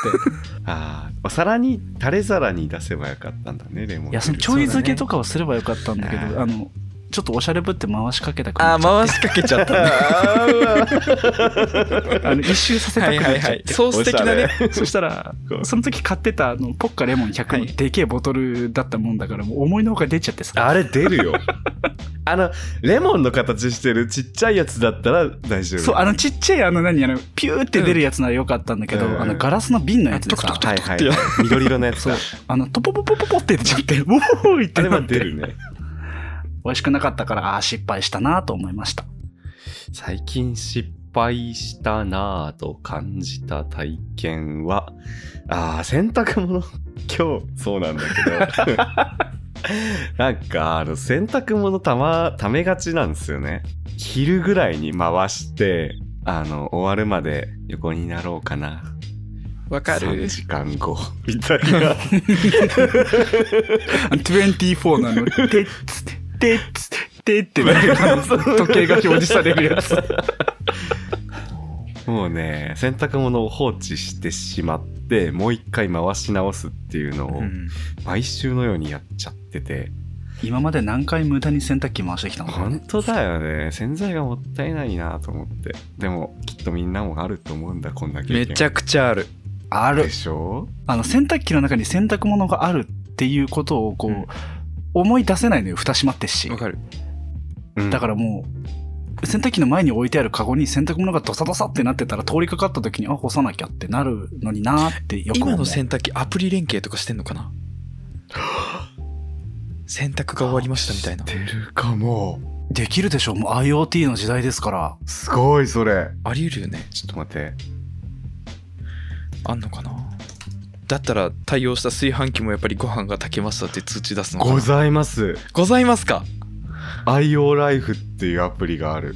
Speaker 1: あーお皿にタレ皿に出せばよかったんだねレモン
Speaker 2: いや、そのちょい漬けとかをすればよかったんだけど、
Speaker 1: そうだ
Speaker 2: あの、ちょっとおしゃれぶって回しかけたくな
Speaker 3: あ
Speaker 2: っ
Speaker 3: ー回
Speaker 2: ちゃ
Speaker 3: しかけちゃったね
Speaker 1: あー
Speaker 2: って、あの一周させた
Speaker 3: は
Speaker 2: く
Speaker 3: い
Speaker 2: なっ
Speaker 3: は
Speaker 2: ちゃっ
Speaker 3: い
Speaker 2: て。
Speaker 3: はいソース的な
Speaker 1: おしゃ
Speaker 3: ね
Speaker 2: そしたら
Speaker 1: こ、う
Speaker 2: その時買ってたあのポッカレモン100
Speaker 3: は
Speaker 2: のでけえボトルだったもんだから、もう思いのほか出ちゃってさ。
Speaker 1: あれ出るよ あのレモンの形してるちっちゃいやつだったら大丈夫
Speaker 2: そう、あのちっちゃいあの何、あの、ピューって出るやつならよかったんだけど、
Speaker 1: うん
Speaker 2: あのガラスの瓶のやつで
Speaker 3: トク
Speaker 2: さ
Speaker 3: ト、
Speaker 1: はいはいはい緑色のやつだ
Speaker 2: あの、トポポポポポって出ちゃって、 ウォーイっ
Speaker 1: あ
Speaker 2: て
Speaker 1: れ
Speaker 2: な
Speaker 1: は
Speaker 2: っ
Speaker 1: 出
Speaker 2: て、
Speaker 1: るね
Speaker 2: 美味しくなかったから、ああ、失敗したなと思いました。
Speaker 1: 最近失敗したなぁと感じた体験は、ああ、洗濯物、今日、そうなんだけ ど、なんか、あの、洗濯物たま、ためがちなんですよね。昼ぐらいに回して、あの、終わるまで横になろうかな。
Speaker 3: わか
Speaker 1: 3
Speaker 3: る
Speaker 1: 時間後、みたい な。
Speaker 2: あの24なの、てっつって、てっつって、てってなるあの時計が表示されるやつ。
Speaker 1: もうね、洗濯物を放置してしまって、もう一回回し直すっていうのを
Speaker 3: う、ん
Speaker 1: 毎週のようにやっちゃってて、
Speaker 2: 今まで何回無駄に洗濯機回してきたのか
Speaker 1: 本
Speaker 2: ね。
Speaker 1: 当だよね洗剤がもったいないなと思ってでもきっとみんなもあると思うんだこんな経験
Speaker 3: めちゃくちゃある
Speaker 2: あ
Speaker 1: で
Speaker 2: る。
Speaker 1: しょ
Speaker 2: あの、洗濯機の中に洗濯物があるっていうことをこう、
Speaker 3: うん
Speaker 2: 思い出せないのよ蓋閉まってっし
Speaker 3: わかる
Speaker 1: うん
Speaker 2: だからもう洗濯機の前に置いてあるカゴに洗濯物がドサドサってなってたら通りかかった時にあ干さなきゃってなるのになーってよく思う
Speaker 3: 今の洗濯機アプリ連携とかしてんのかな洗濯が終わりましたみたいな
Speaker 1: 知ってるかも
Speaker 2: できるでしょもう IoT の時代ですから
Speaker 1: すごいそれ
Speaker 3: あり得るよね
Speaker 1: ちょっと待って
Speaker 3: あんのかなだったら対応した炊飯器もやっぱりご飯が炊けましたって通知出すのかな
Speaker 1: ござい ます
Speaker 3: ございますか
Speaker 1: IO ライフっていうアプリがある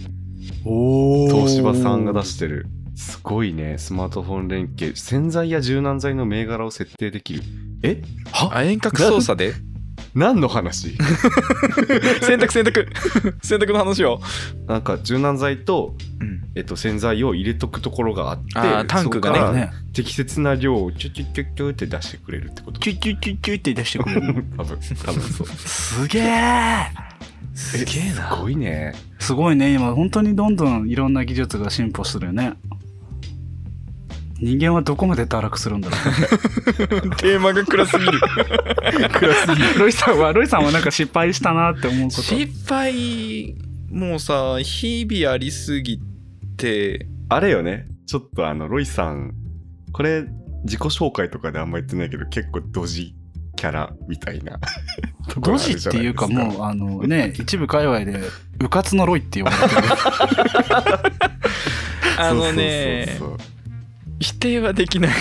Speaker 2: おお
Speaker 1: 東芝さんが出してるすごいねスマートフォン連携洗剤や柔軟剤の銘柄を設定できるえ
Speaker 3: あ遠隔操作 で
Speaker 1: 何の話
Speaker 3: 洗濯洗 濯洗濯の話を、
Speaker 1: なんか柔軟剤と、
Speaker 3: うん、
Speaker 1: えっと、洗剤を入れとくところがあって
Speaker 3: あータンクがね
Speaker 1: そこから
Speaker 2: ね
Speaker 1: 適切な量をチュチュチュチュって出してくれるって こと
Speaker 2: キュッキュッキュッキュッって出してく れる
Speaker 1: 多分多分そうす
Speaker 2: すげー
Speaker 3: すげえな
Speaker 1: ごいね
Speaker 2: すごいね今本当にどんどんいろんな技術が進歩するよね人間はどこまで堕落するんだろう
Speaker 3: テーマが暗すぎ る
Speaker 2: ロイさんはロイさんはなんか失敗したなって思うこと
Speaker 3: 失敗もうさ日々ありすぎて
Speaker 1: あれよねちょっとあのロイさんこれ自己紹介とかであんま言ってないけど結構ドジキャラみたいなところ
Speaker 2: ド
Speaker 1: ある
Speaker 2: ジっていうか
Speaker 1: じゃなで
Speaker 2: も
Speaker 1: す
Speaker 2: うあのね一部界隈でうかつのロイって呼ばれてる
Speaker 3: あのね
Speaker 1: そうそうそう
Speaker 3: 否定はできない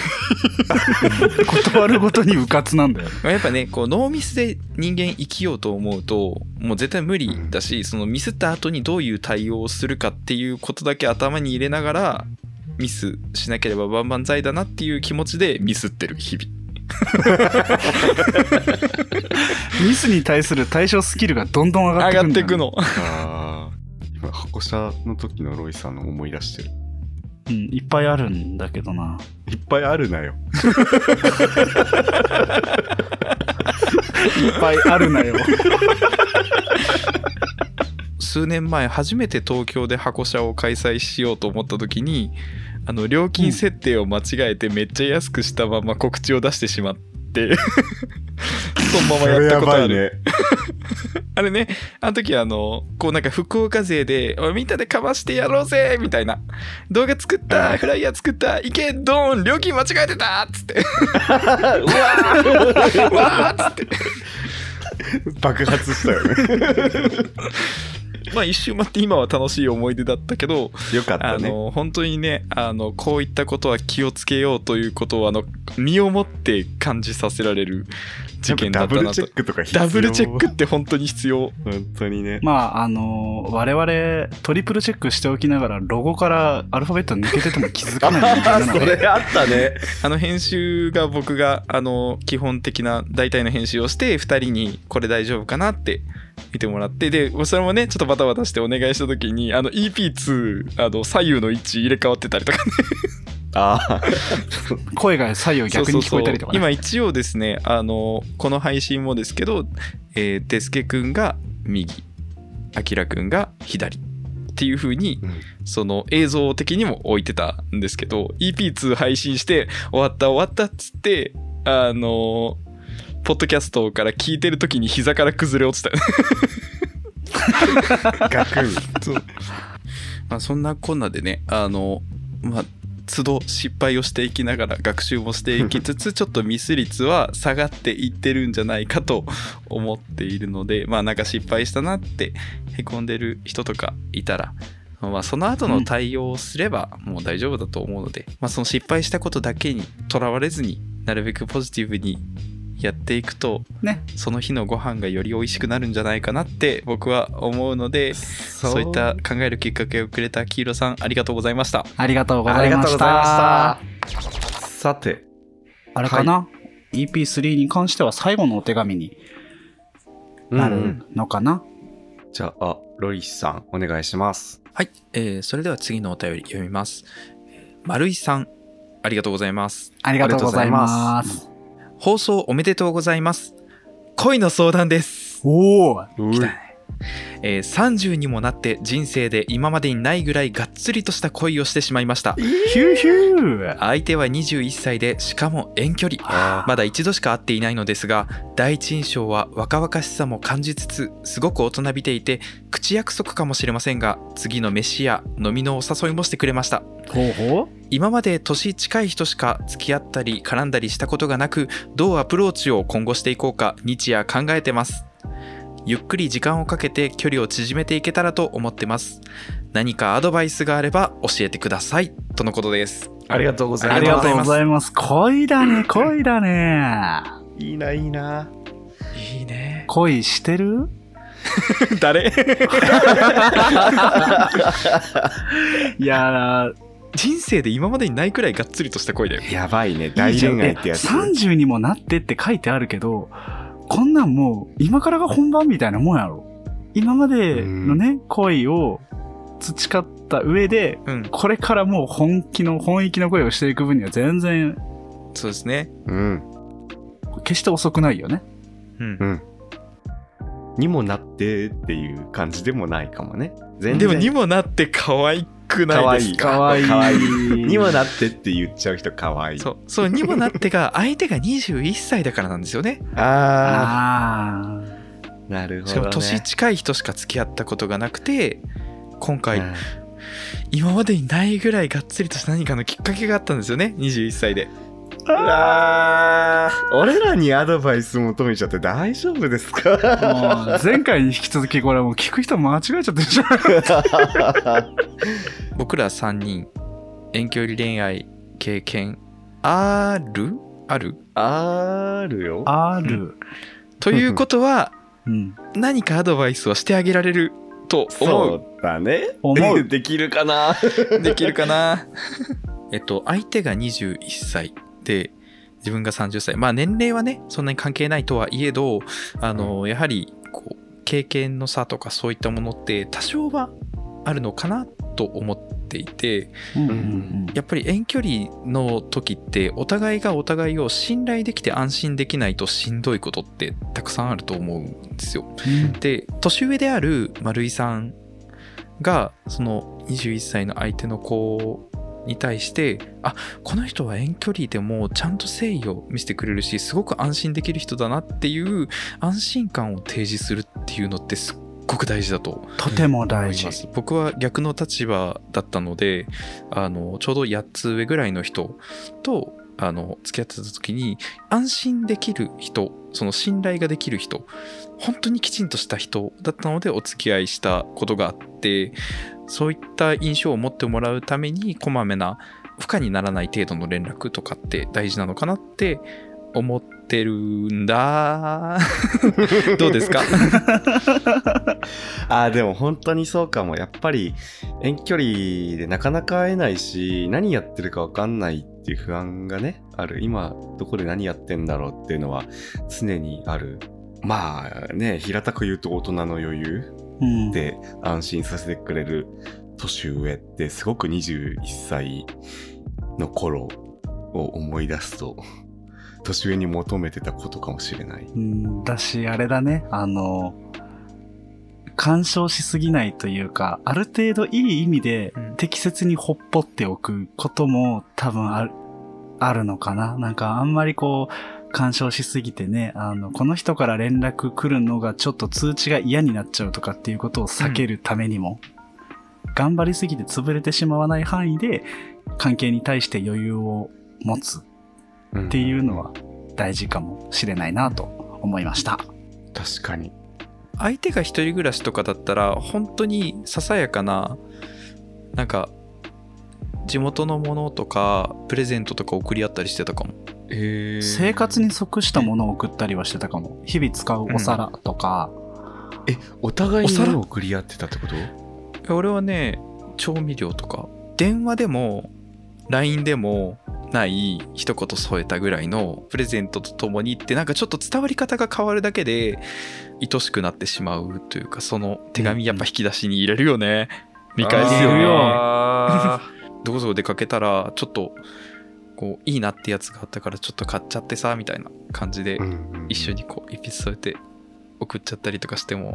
Speaker 2: 断るごとにうかつなんだよね
Speaker 3: やっぱねこうノーミスで人間生きようと思うともう絶対無理だし、そのミスった後にどういう対応をするかっていうことだけ頭に入れながらミスしなければ万々歳だなっていう気持ちでミスってる日々
Speaker 2: ミスに対する対処スキルがどんどん上
Speaker 3: 上
Speaker 2: がってく
Speaker 3: が
Speaker 2: ん
Speaker 3: っ
Speaker 2: だ
Speaker 3: て
Speaker 2: よね
Speaker 3: くの
Speaker 1: あー今箱車の時のロイさんの思い出してる
Speaker 2: うんいっぱいあるんだけどない
Speaker 1: っぱいあるなよ
Speaker 2: いっぱいあるなよ
Speaker 3: 数年前初めて東京で箱車を開催しようと思った時にあの料金設定を間違えてめっちゃ安くしたまま告知を出してしまって そのままやったことある
Speaker 1: ね
Speaker 3: あれね、あの時あの、こうなんか福岡勢で、おいみんなでかましてやろうぜみたいな。動画作った、フライヤー作った、いけ、ドーン、料金間違えてたっ つって。うわーっつって。
Speaker 1: 爆発したよね
Speaker 3: まあ一周待って今は楽しい思い出だったけど、
Speaker 1: よかっ
Speaker 3: あ
Speaker 1: たね
Speaker 3: の、本当にね、あの、こういったことは気をつけようということを、あの、身をもって感じさせられる事件だ
Speaker 1: や
Speaker 3: っ
Speaker 1: っぱ
Speaker 3: た
Speaker 1: ダブ
Speaker 3: な
Speaker 1: ルチェ
Speaker 3: と
Speaker 1: ッ。クとか必要
Speaker 3: ダブルチェックって本当に必要。
Speaker 1: 本当にね
Speaker 2: まああの我々トリプルチェックしておきながらロゴからアルファベット抜けてても気づかないみたい なので
Speaker 1: あったね
Speaker 3: あの編集が僕があの基本的な大体の編集をして2人にこれ大丈夫かなって見てもらってでそれもねちょっとバタバタしてお願いした時にあの EP2 あの左右の位置入れ替わってたりとかね
Speaker 1: あ
Speaker 2: 声が左右逆に聞こえたりとか、
Speaker 3: そ
Speaker 2: ね、
Speaker 3: うそうそう今一応ですねあのこの配信もですけど、えー、デスケくんが右あきらくんが左っていう風に
Speaker 1: うん
Speaker 3: その映像的にも置いてたんですけど EP2 配信して終わった終わったっつってあのポッドキャストから聞いてる時に膝から崩れ落ちたよね
Speaker 1: あガクン
Speaker 3: まあそんなこんなでねあのまあ都度失敗をしていきながら学習もしていきつつちょっとミス率は下がっていってるんじゃないかと思っているのでまあなんか失敗したなってへこんでる人とかいたら、まあ、その後の対応をすればもう大丈夫だと思うので、まあ、その失敗したことだけにとらわれずになるべくポジティブにやっていくと、
Speaker 2: ね
Speaker 3: その日のご飯がより美味しくなるんじゃないかなって僕は思うので
Speaker 1: そ
Speaker 3: そういった考えるきっかけをくれた黄色さんありがとうございました。
Speaker 2: ありがとうご
Speaker 1: あ
Speaker 2: ざ
Speaker 1: り
Speaker 2: い
Speaker 1: が
Speaker 2: ま
Speaker 1: とう
Speaker 2: し
Speaker 1: ございま
Speaker 2: た
Speaker 1: したさて
Speaker 2: あれかな、EP3 に関しては最後のお手紙にな
Speaker 1: うんう
Speaker 2: る
Speaker 1: ん
Speaker 2: のかな、
Speaker 1: じゃあロイさんお願いします
Speaker 3: はい、えーそれでは次のお便り読みます。丸井さん、ありがとうございます。
Speaker 2: ありがとうございます。
Speaker 3: 放送おめでとうございます。恋の相談です。
Speaker 2: おお
Speaker 1: うい
Speaker 3: 来たえー30にもなって人生で今までにないぐらいがっつりとした恋をしてしまいました
Speaker 2: ヒューヒュー
Speaker 3: 相手は21歳でしかも遠距離
Speaker 2: あ
Speaker 3: まだ一度しか会っていないのですが第一印象は若々しさも感じつつすごく大人びていて口約束かもしれませんが次の飯や飲みのお誘いもしてくれました
Speaker 2: ほうほ
Speaker 3: 今まで年近い人しか付き合ったり絡んだりしたことがなくどうアプローチを今後していこうか日夜考えてますゆっくり時間をかけて距離を縮めていけたらと思ってます何かアドバイスがあれば教えてくださいとのことです
Speaker 1: ありがとうございます
Speaker 2: ありがとうございます。恋だね、恋だね。
Speaker 1: いいないいない
Speaker 3: いね
Speaker 2: 恋してる
Speaker 3: 誰
Speaker 2: いやー、
Speaker 3: 人生で今までにないくらいがっつりとした恋だよ
Speaker 1: やばいね大恋愛ってやつ
Speaker 2: いいじゃんえ30にもなってって書いてあるけど、こんなんもう、今からが本番みたいなもんやろ。今までのね、恋を培った上で、
Speaker 3: うん
Speaker 2: これからもう本気の、本域の恋をしていく分には全然、
Speaker 3: そうですね
Speaker 1: うん
Speaker 2: 決して遅くないよね。
Speaker 3: うん
Speaker 1: うんにもなってっていう感じでもないかもね全然
Speaker 3: でもにもなって可愛くないですか
Speaker 1: 可
Speaker 2: 愛い
Speaker 1: かわいい に
Speaker 2: に
Speaker 1: もなってって言っちゃう人かわいい
Speaker 3: そうそうにもなって が相手が21歳だからなんですよね
Speaker 1: ああ
Speaker 2: ああ。
Speaker 1: なるほど、ね、
Speaker 3: しかも年近い人しか付き合ったことがなくて今回
Speaker 1: うん
Speaker 3: 今までにないぐらいがっつりとした何かのきっかけがあったんですよね21歳で
Speaker 1: うわー俺らにアドバイス求めちゃって大丈夫です か
Speaker 2: もう前回に引き続きこれはもう聞く人間違えちゃってるじゃん。
Speaker 3: 僕ら3人遠距離恋愛経験あるある
Speaker 1: あるよ
Speaker 2: ある。
Speaker 3: ということ は
Speaker 2: うん。
Speaker 3: 何かアドバイスをしてあげられると思
Speaker 1: そううだね
Speaker 2: 思 う。
Speaker 1: できるかな
Speaker 3: できるかな えっと相手が21歳で自分が30歳まあ年齢はねそんなに関係ないとはいえどあのやはりこう経験の差とかそういったものって多少はあるのかなと思っていて
Speaker 2: うん
Speaker 3: やっぱり遠距離の時ってお互いがお互いを信頼できて安心できないとしんどいことってたくさんあると思うんですよ。で年上である丸井さんがその21歳の相手の子に対してあこの人は遠距離でもちゃんと誠意を見せてくれるしすごく安心できる人だなっていう安心感を提示するっていうのってすっごく大事だと
Speaker 2: とても
Speaker 3: 思
Speaker 2: 大
Speaker 3: い
Speaker 2: 事
Speaker 3: ま。す僕は逆の立場だったのであのちょうど8つ上ぐらいの人とあの付き合ってた時に安心できる人その信頼ができる人本当にきちんとした人だったのでお付き合いしたことがあってそういった印象を持ってもらうためにこまめな負荷にならない程度の連絡とかって大事なのかなって思ってるんだどうですか
Speaker 1: あーでも本当にそうかもやっぱり遠距離でなかなか会えないし何やってるか分かんないっていう不安がねある今どこで何やってんだろうっていうのは常にあるまあね平たく言うと大人の余裕
Speaker 2: うん
Speaker 1: で安心させてくれる年上ってすごく21歳の頃を思い出すと年上に求めてたことかもしれない。
Speaker 2: うんだし、あれだね、あの、干渉しすぎないというか、ある程度いい意味で
Speaker 3: うん
Speaker 2: 適切にほっぽっておくことも多分ある、あるのかな。なんかあんまりこう、干渉しすぎてね、あの、この人から連絡来るのがちょっと通知が嫌になっちゃうとかっていうことを避けるためにも、頑張りすぎて潰れてしまわない範囲で、関係に対して余裕を持つ
Speaker 1: っ
Speaker 2: っていうのは大事かもしれないなと思いました。
Speaker 1: 確かに。
Speaker 3: 相手が一人暮らしとかだったら本当にささやかななんか地元のものとかプレゼントとか送り合ったりしてたかもへ
Speaker 2: 生活に即したものを送ったりはしてたかも。日々使うお皿とか、
Speaker 1: えお互いに
Speaker 3: お皿
Speaker 1: 何を送り合ってたってこと
Speaker 3: 俺はね調味料とか電話でも LINE でもない一言添えたぐらいのプレゼントとともにってなんかちょっと伝わり方が変わるだけで愛しくなってしまうというかその手紙やっぱ引き出しに入れるよね、見返すよ
Speaker 2: 入れ
Speaker 3: ね
Speaker 2: るよ
Speaker 3: どこそこ出かけたらちょっとこういいなってやつがあったからちょっと買っちゃってさみたいな感じで
Speaker 1: うんうんうん
Speaker 3: 一緒にこう一筆添えて送っちゃったりとかしても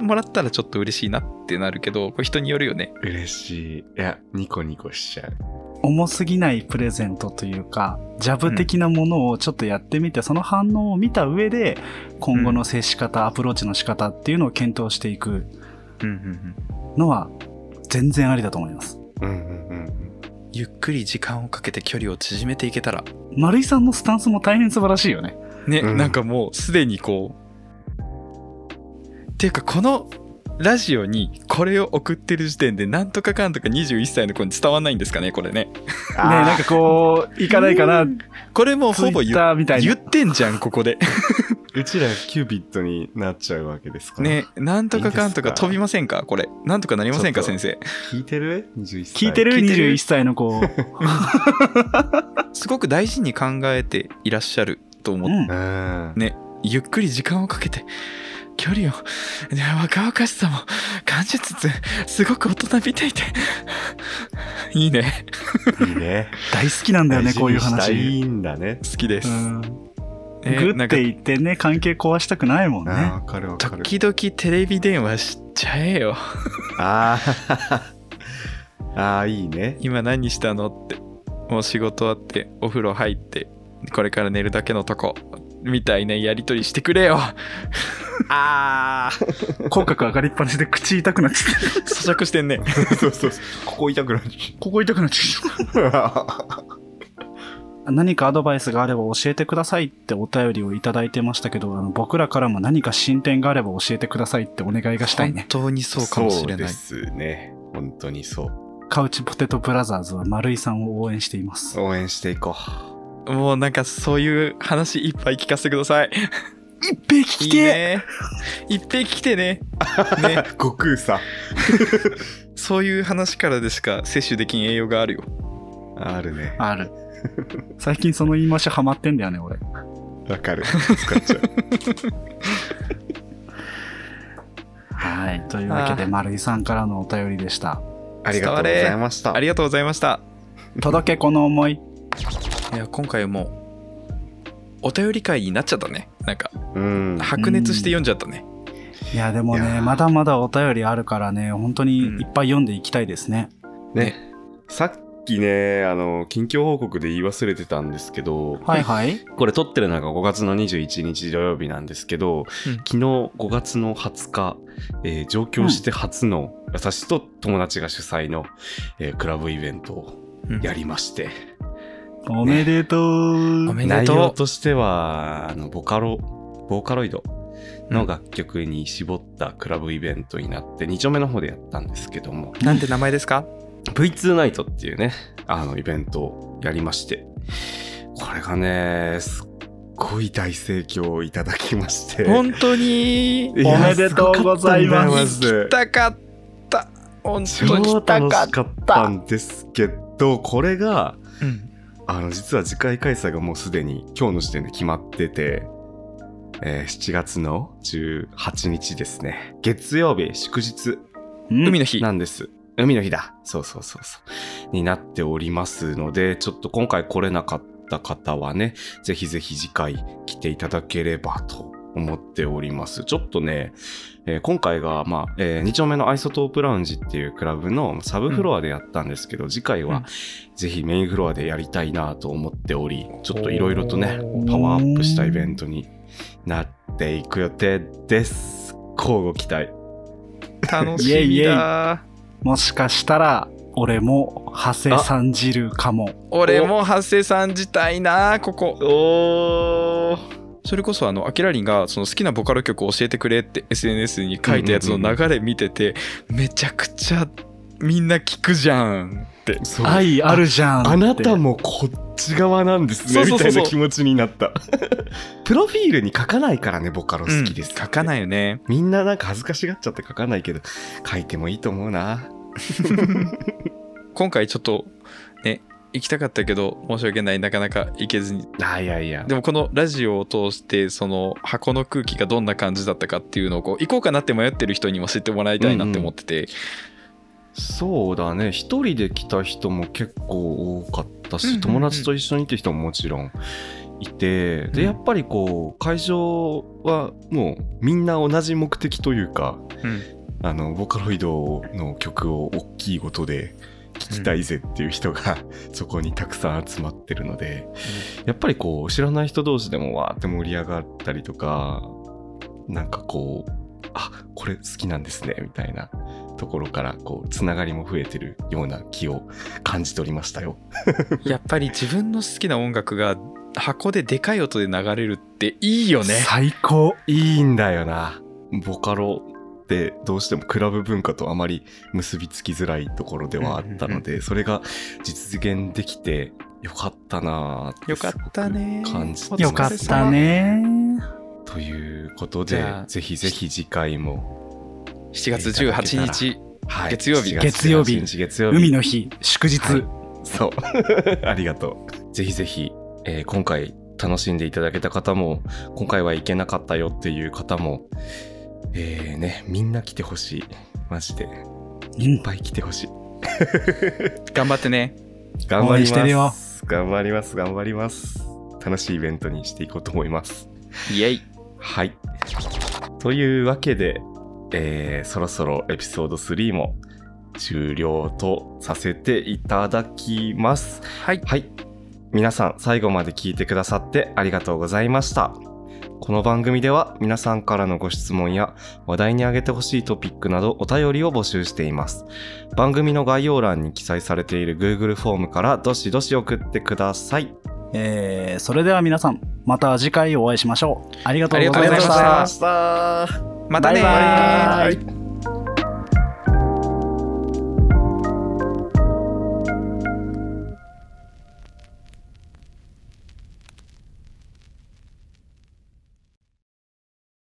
Speaker 3: もらったらちょっと嬉しいなってなるけどこれ人によるよね
Speaker 1: 嬉しい。いや、ニコニコしちゃう。
Speaker 2: 重すぎないプレゼントというか、ジャブ的なものをちょっとやってみて、その反応を見た上で、今後の接し方、アプローチの仕方っていうのを検討していく
Speaker 3: うんうんうん
Speaker 2: のは、全然ありだと思います。
Speaker 1: うんうんうんうん。
Speaker 3: ゆっくり時間をかけて距離を縮めていけたら
Speaker 2: 丸井さんのスタンスも大変素晴らしいよね。
Speaker 3: ね、
Speaker 1: うん
Speaker 3: なんかもうすでにこうっていうかこのラジオにこれを送ってる時点でなんとかかんとか21歳の子に伝わんないんですかねこれね
Speaker 2: ねなんかこう、いかないかな、
Speaker 3: これもう
Speaker 2: ツ
Speaker 3: ほ
Speaker 2: イ
Speaker 3: ぼ
Speaker 2: ッ
Speaker 3: 言
Speaker 2: ターみたい
Speaker 3: 言
Speaker 2: な
Speaker 3: っ。てんじゃんここで
Speaker 1: うちらキューピッドになっちゃうわけですから。
Speaker 3: ねなんとかかんと
Speaker 1: いい
Speaker 3: か
Speaker 1: ですか
Speaker 3: 飛びませんかこれなんとかなりませんか
Speaker 1: ちょっ
Speaker 3: 先
Speaker 1: と
Speaker 3: 生
Speaker 1: 聞いてる ?21 歳。
Speaker 2: 聞いてる
Speaker 3: 聞いてる
Speaker 2: ?21 歳の子。
Speaker 3: すごく大事に考えていらっしゃると思
Speaker 2: う
Speaker 3: っ
Speaker 2: ん
Speaker 1: う。ん。
Speaker 3: ねゆっくり時間をかけて距離をね若々しさも感じつつすごく大人びていて いいね
Speaker 1: いいね。
Speaker 2: 大好きなんだよ
Speaker 1: 大
Speaker 2: ね、
Speaker 1: 事に
Speaker 2: こういう
Speaker 1: したい
Speaker 2: 話。
Speaker 1: いんだね。
Speaker 3: 好きです、
Speaker 2: うん。
Speaker 3: え
Speaker 2: グ
Speaker 3: な
Speaker 2: ッ
Speaker 3: んか
Speaker 2: て言ってね、関係壊したくないもん
Speaker 1: あ
Speaker 2: ね
Speaker 1: あ、。わかるわかる。
Speaker 3: 時々テレビ電話しちゃえよ
Speaker 1: ああ。 ああ、いいね。
Speaker 3: 今何したのってもう仕事終わってお風呂入ってこれから寝るだけのとこみたいなやり取りしてくれよ
Speaker 1: ああ。
Speaker 2: 口角上がりっぱなしで口痛くなっちゃって。
Speaker 3: 咀嚼してんね
Speaker 1: そうそうそう。ここ痛くなっち
Speaker 2: ここ痛くなっちゃって。
Speaker 1: ゃ
Speaker 2: 何かアドバイスがあれば教えてくださいってお便りをいただいてましたけど、あの僕らからも何か進展があれば教えてくださいってお願いがしたい
Speaker 3: 本
Speaker 2: ね。
Speaker 3: 当にそうかもしれない
Speaker 1: そうですね。本当にそう。
Speaker 2: カウチポテトブラザーズは丸井さんを応援しています。
Speaker 1: 応援していこ
Speaker 3: もうなんかそういう話いっぱい聞かせてください
Speaker 2: 一平聞
Speaker 3: いいねいっぺん来 てね
Speaker 1: う。
Speaker 3: ね
Speaker 1: 悟空さ。
Speaker 3: そういう話からでしか摂取できん栄養があるよ
Speaker 1: あるね。
Speaker 2: ある。最近その言い回しハマってんだよね、俺。
Speaker 1: わかる。使っちゃう。
Speaker 2: はい。というわけ
Speaker 3: あ
Speaker 2: で
Speaker 3: ー
Speaker 2: 丸井さんからのお便りでした。
Speaker 1: ありがとうございました
Speaker 3: あ。りがとうございました
Speaker 2: 届けこの思い。
Speaker 3: いや今回もお便り会になっちゃったねなんか
Speaker 1: うん。
Speaker 3: 白熱して読んじゃったね
Speaker 2: いや、でも
Speaker 1: いや
Speaker 2: ね、
Speaker 1: ー
Speaker 2: まだまだお便りあるからね、本当に
Speaker 3: うん
Speaker 2: いっぱい読んでいきたいですね。
Speaker 1: ね。さっきね、あの、近況報告で言い忘れてたんですけど、
Speaker 2: はいはい。
Speaker 1: これ撮ってるのが5月の21日土曜日なんですけど、
Speaker 3: うん
Speaker 1: 昨日5月の20日、えー上京して初の、私と友達が主催の、えークラブイベントを
Speaker 3: うん
Speaker 1: やりまして、
Speaker 2: おめでとう。
Speaker 3: おめで
Speaker 1: 内
Speaker 3: とう
Speaker 1: 容としてはあのボカロボーカロイドの楽曲に絞ったクラブイベントになって2丁目の方でやったんですけども
Speaker 3: なんて名前ですか
Speaker 1: V2 ナイトっていうねあのイベントをやりましてこれがねすっごい大盛況をいただきまして
Speaker 3: 本当に
Speaker 1: いや
Speaker 2: おめでとうござい
Speaker 1: ごかった
Speaker 2: ます
Speaker 1: んだよマジで
Speaker 3: 痛かった本当に
Speaker 1: 超楽
Speaker 3: かっ
Speaker 1: しかったんですけどこれが
Speaker 3: た、うん
Speaker 1: あの実は次回開催がもうすでに今日の時点で決まってて、えー7月の18日ですね月曜日祝日
Speaker 2: うん
Speaker 3: 海の日
Speaker 1: なんです海の日だそうそうそうそうになっておりますのでちょっと今回来れなかった方はねぜひぜひ次回来ていただければと思っておりますちょっとね、えー今回が、まあえ2丁目のアイソトープラウンジっていうクラブのサブフロアでやったんですけど、次回
Speaker 3: うん
Speaker 1: はぜひメインフロアでやりたいなと思っておりちょっといろいろとね
Speaker 3: おー
Speaker 1: パワーアップしたイベントになっていく予定です交互期待
Speaker 3: 楽しみだ
Speaker 2: もしかしたら、俺も、長谷さん汁かも。
Speaker 3: 俺も長谷さん自体なここ
Speaker 1: おー
Speaker 3: それこそあのアキラリンがその好きなボカロ曲を教えてくれって SNS に書いたやつの流れ見てて、めちゃくちゃみんな聞くじゃんって
Speaker 1: そう
Speaker 2: 愛あるじゃんって。
Speaker 1: あなたもこっち側なんですね
Speaker 3: そうそうそうそう
Speaker 1: みたいな気持ちになった プロフィールに書かないからねボカロ好きです、
Speaker 3: 書かないよね
Speaker 1: みんななんか恥ずかしがっちゃって書かないけど書いてもいいと思うな
Speaker 3: 今回ちょっとね行きたかったけど申し訳ないなかなか行けずに
Speaker 1: あいやいや
Speaker 3: でもこのラジオを通してその箱の空気がどんな感じだったかっていうのをこう行こうかなって迷ってる人にも知ってもらいたいなって思ってて、
Speaker 1: そうだね一人で来た人も結構多かったし、
Speaker 3: うんうんうん
Speaker 1: 友達と一緒にって人ももちろんいてで
Speaker 2: うん
Speaker 1: やっぱりこう会場はもうみんな同じ目的というか、
Speaker 3: うん
Speaker 1: あのボカロイドの曲を大きい音で聴きたいぜっていう人がそこにたくさん集まってるので、やっぱりこう知らない人同士でもわーって盛り上がったりとかなんかこうあこれ好きなんですねみたいなところからこうつながりも増えてるような気を感じ取りましたよ。
Speaker 3: やっぱり自分の好きな音楽が箱ででかい音で流れるっていいよね。
Speaker 1: 最高いいんだよなボカロってどうしてもクラブ文化とあまり結びつきづらいところではあったので、それが実現できてよかったなぁって
Speaker 3: よかった
Speaker 1: す
Speaker 3: ね
Speaker 1: ごく感じてます
Speaker 2: よかったね。
Speaker 1: ということで
Speaker 3: じゃあ
Speaker 1: ぜひぜひ次回も、
Speaker 3: 7月18日、
Speaker 1: は
Speaker 3: 月曜日
Speaker 1: 7
Speaker 2: 月曜日
Speaker 1: 18日月曜日
Speaker 2: 海の日、祝日。
Speaker 1: はいそう ありがとうぜひぜひ、えー今回楽しんでいただけた方も今回は行けなかったよっていう方もえー、ねみんな来てほしいマジで
Speaker 2: うん
Speaker 1: いっぱい来てほしい。
Speaker 3: 頑張ってね。
Speaker 1: 頑
Speaker 2: 応
Speaker 1: 張り
Speaker 2: 援
Speaker 1: ます。
Speaker 2: してるよ
Speaker 1: 頑張ります。頑張ります。楽しいイベントにしていこうと思います。
Speaker 3: イエイ。
Speaker 1: はい。というわけで、えーそろそろエピソード3も終了とさせていただきます。
Speaker 3: はい。
Speaker 1: はい。皆さん、最後まで聞いてくださってありがとうございました。この番組では皆さんからのご質問や話題に挙げてほしいトピックなどお便りを募集しています。番組の概要欄に記載されている Google フォームからどしどし送ってください。
Speaker 2: えーそれでは皆さん、また次回お会いしましょう。ありがとうござい
Speaker 3: ありが
Speaker 2: ま
Speaker 3: とうご
Speaker 2: し
Speaker 3: ざい
Speaker 2: た
Speaker 3: ま。
Speaker 1: した。
Speaker 3: またねー
Speaker 2: バイバイ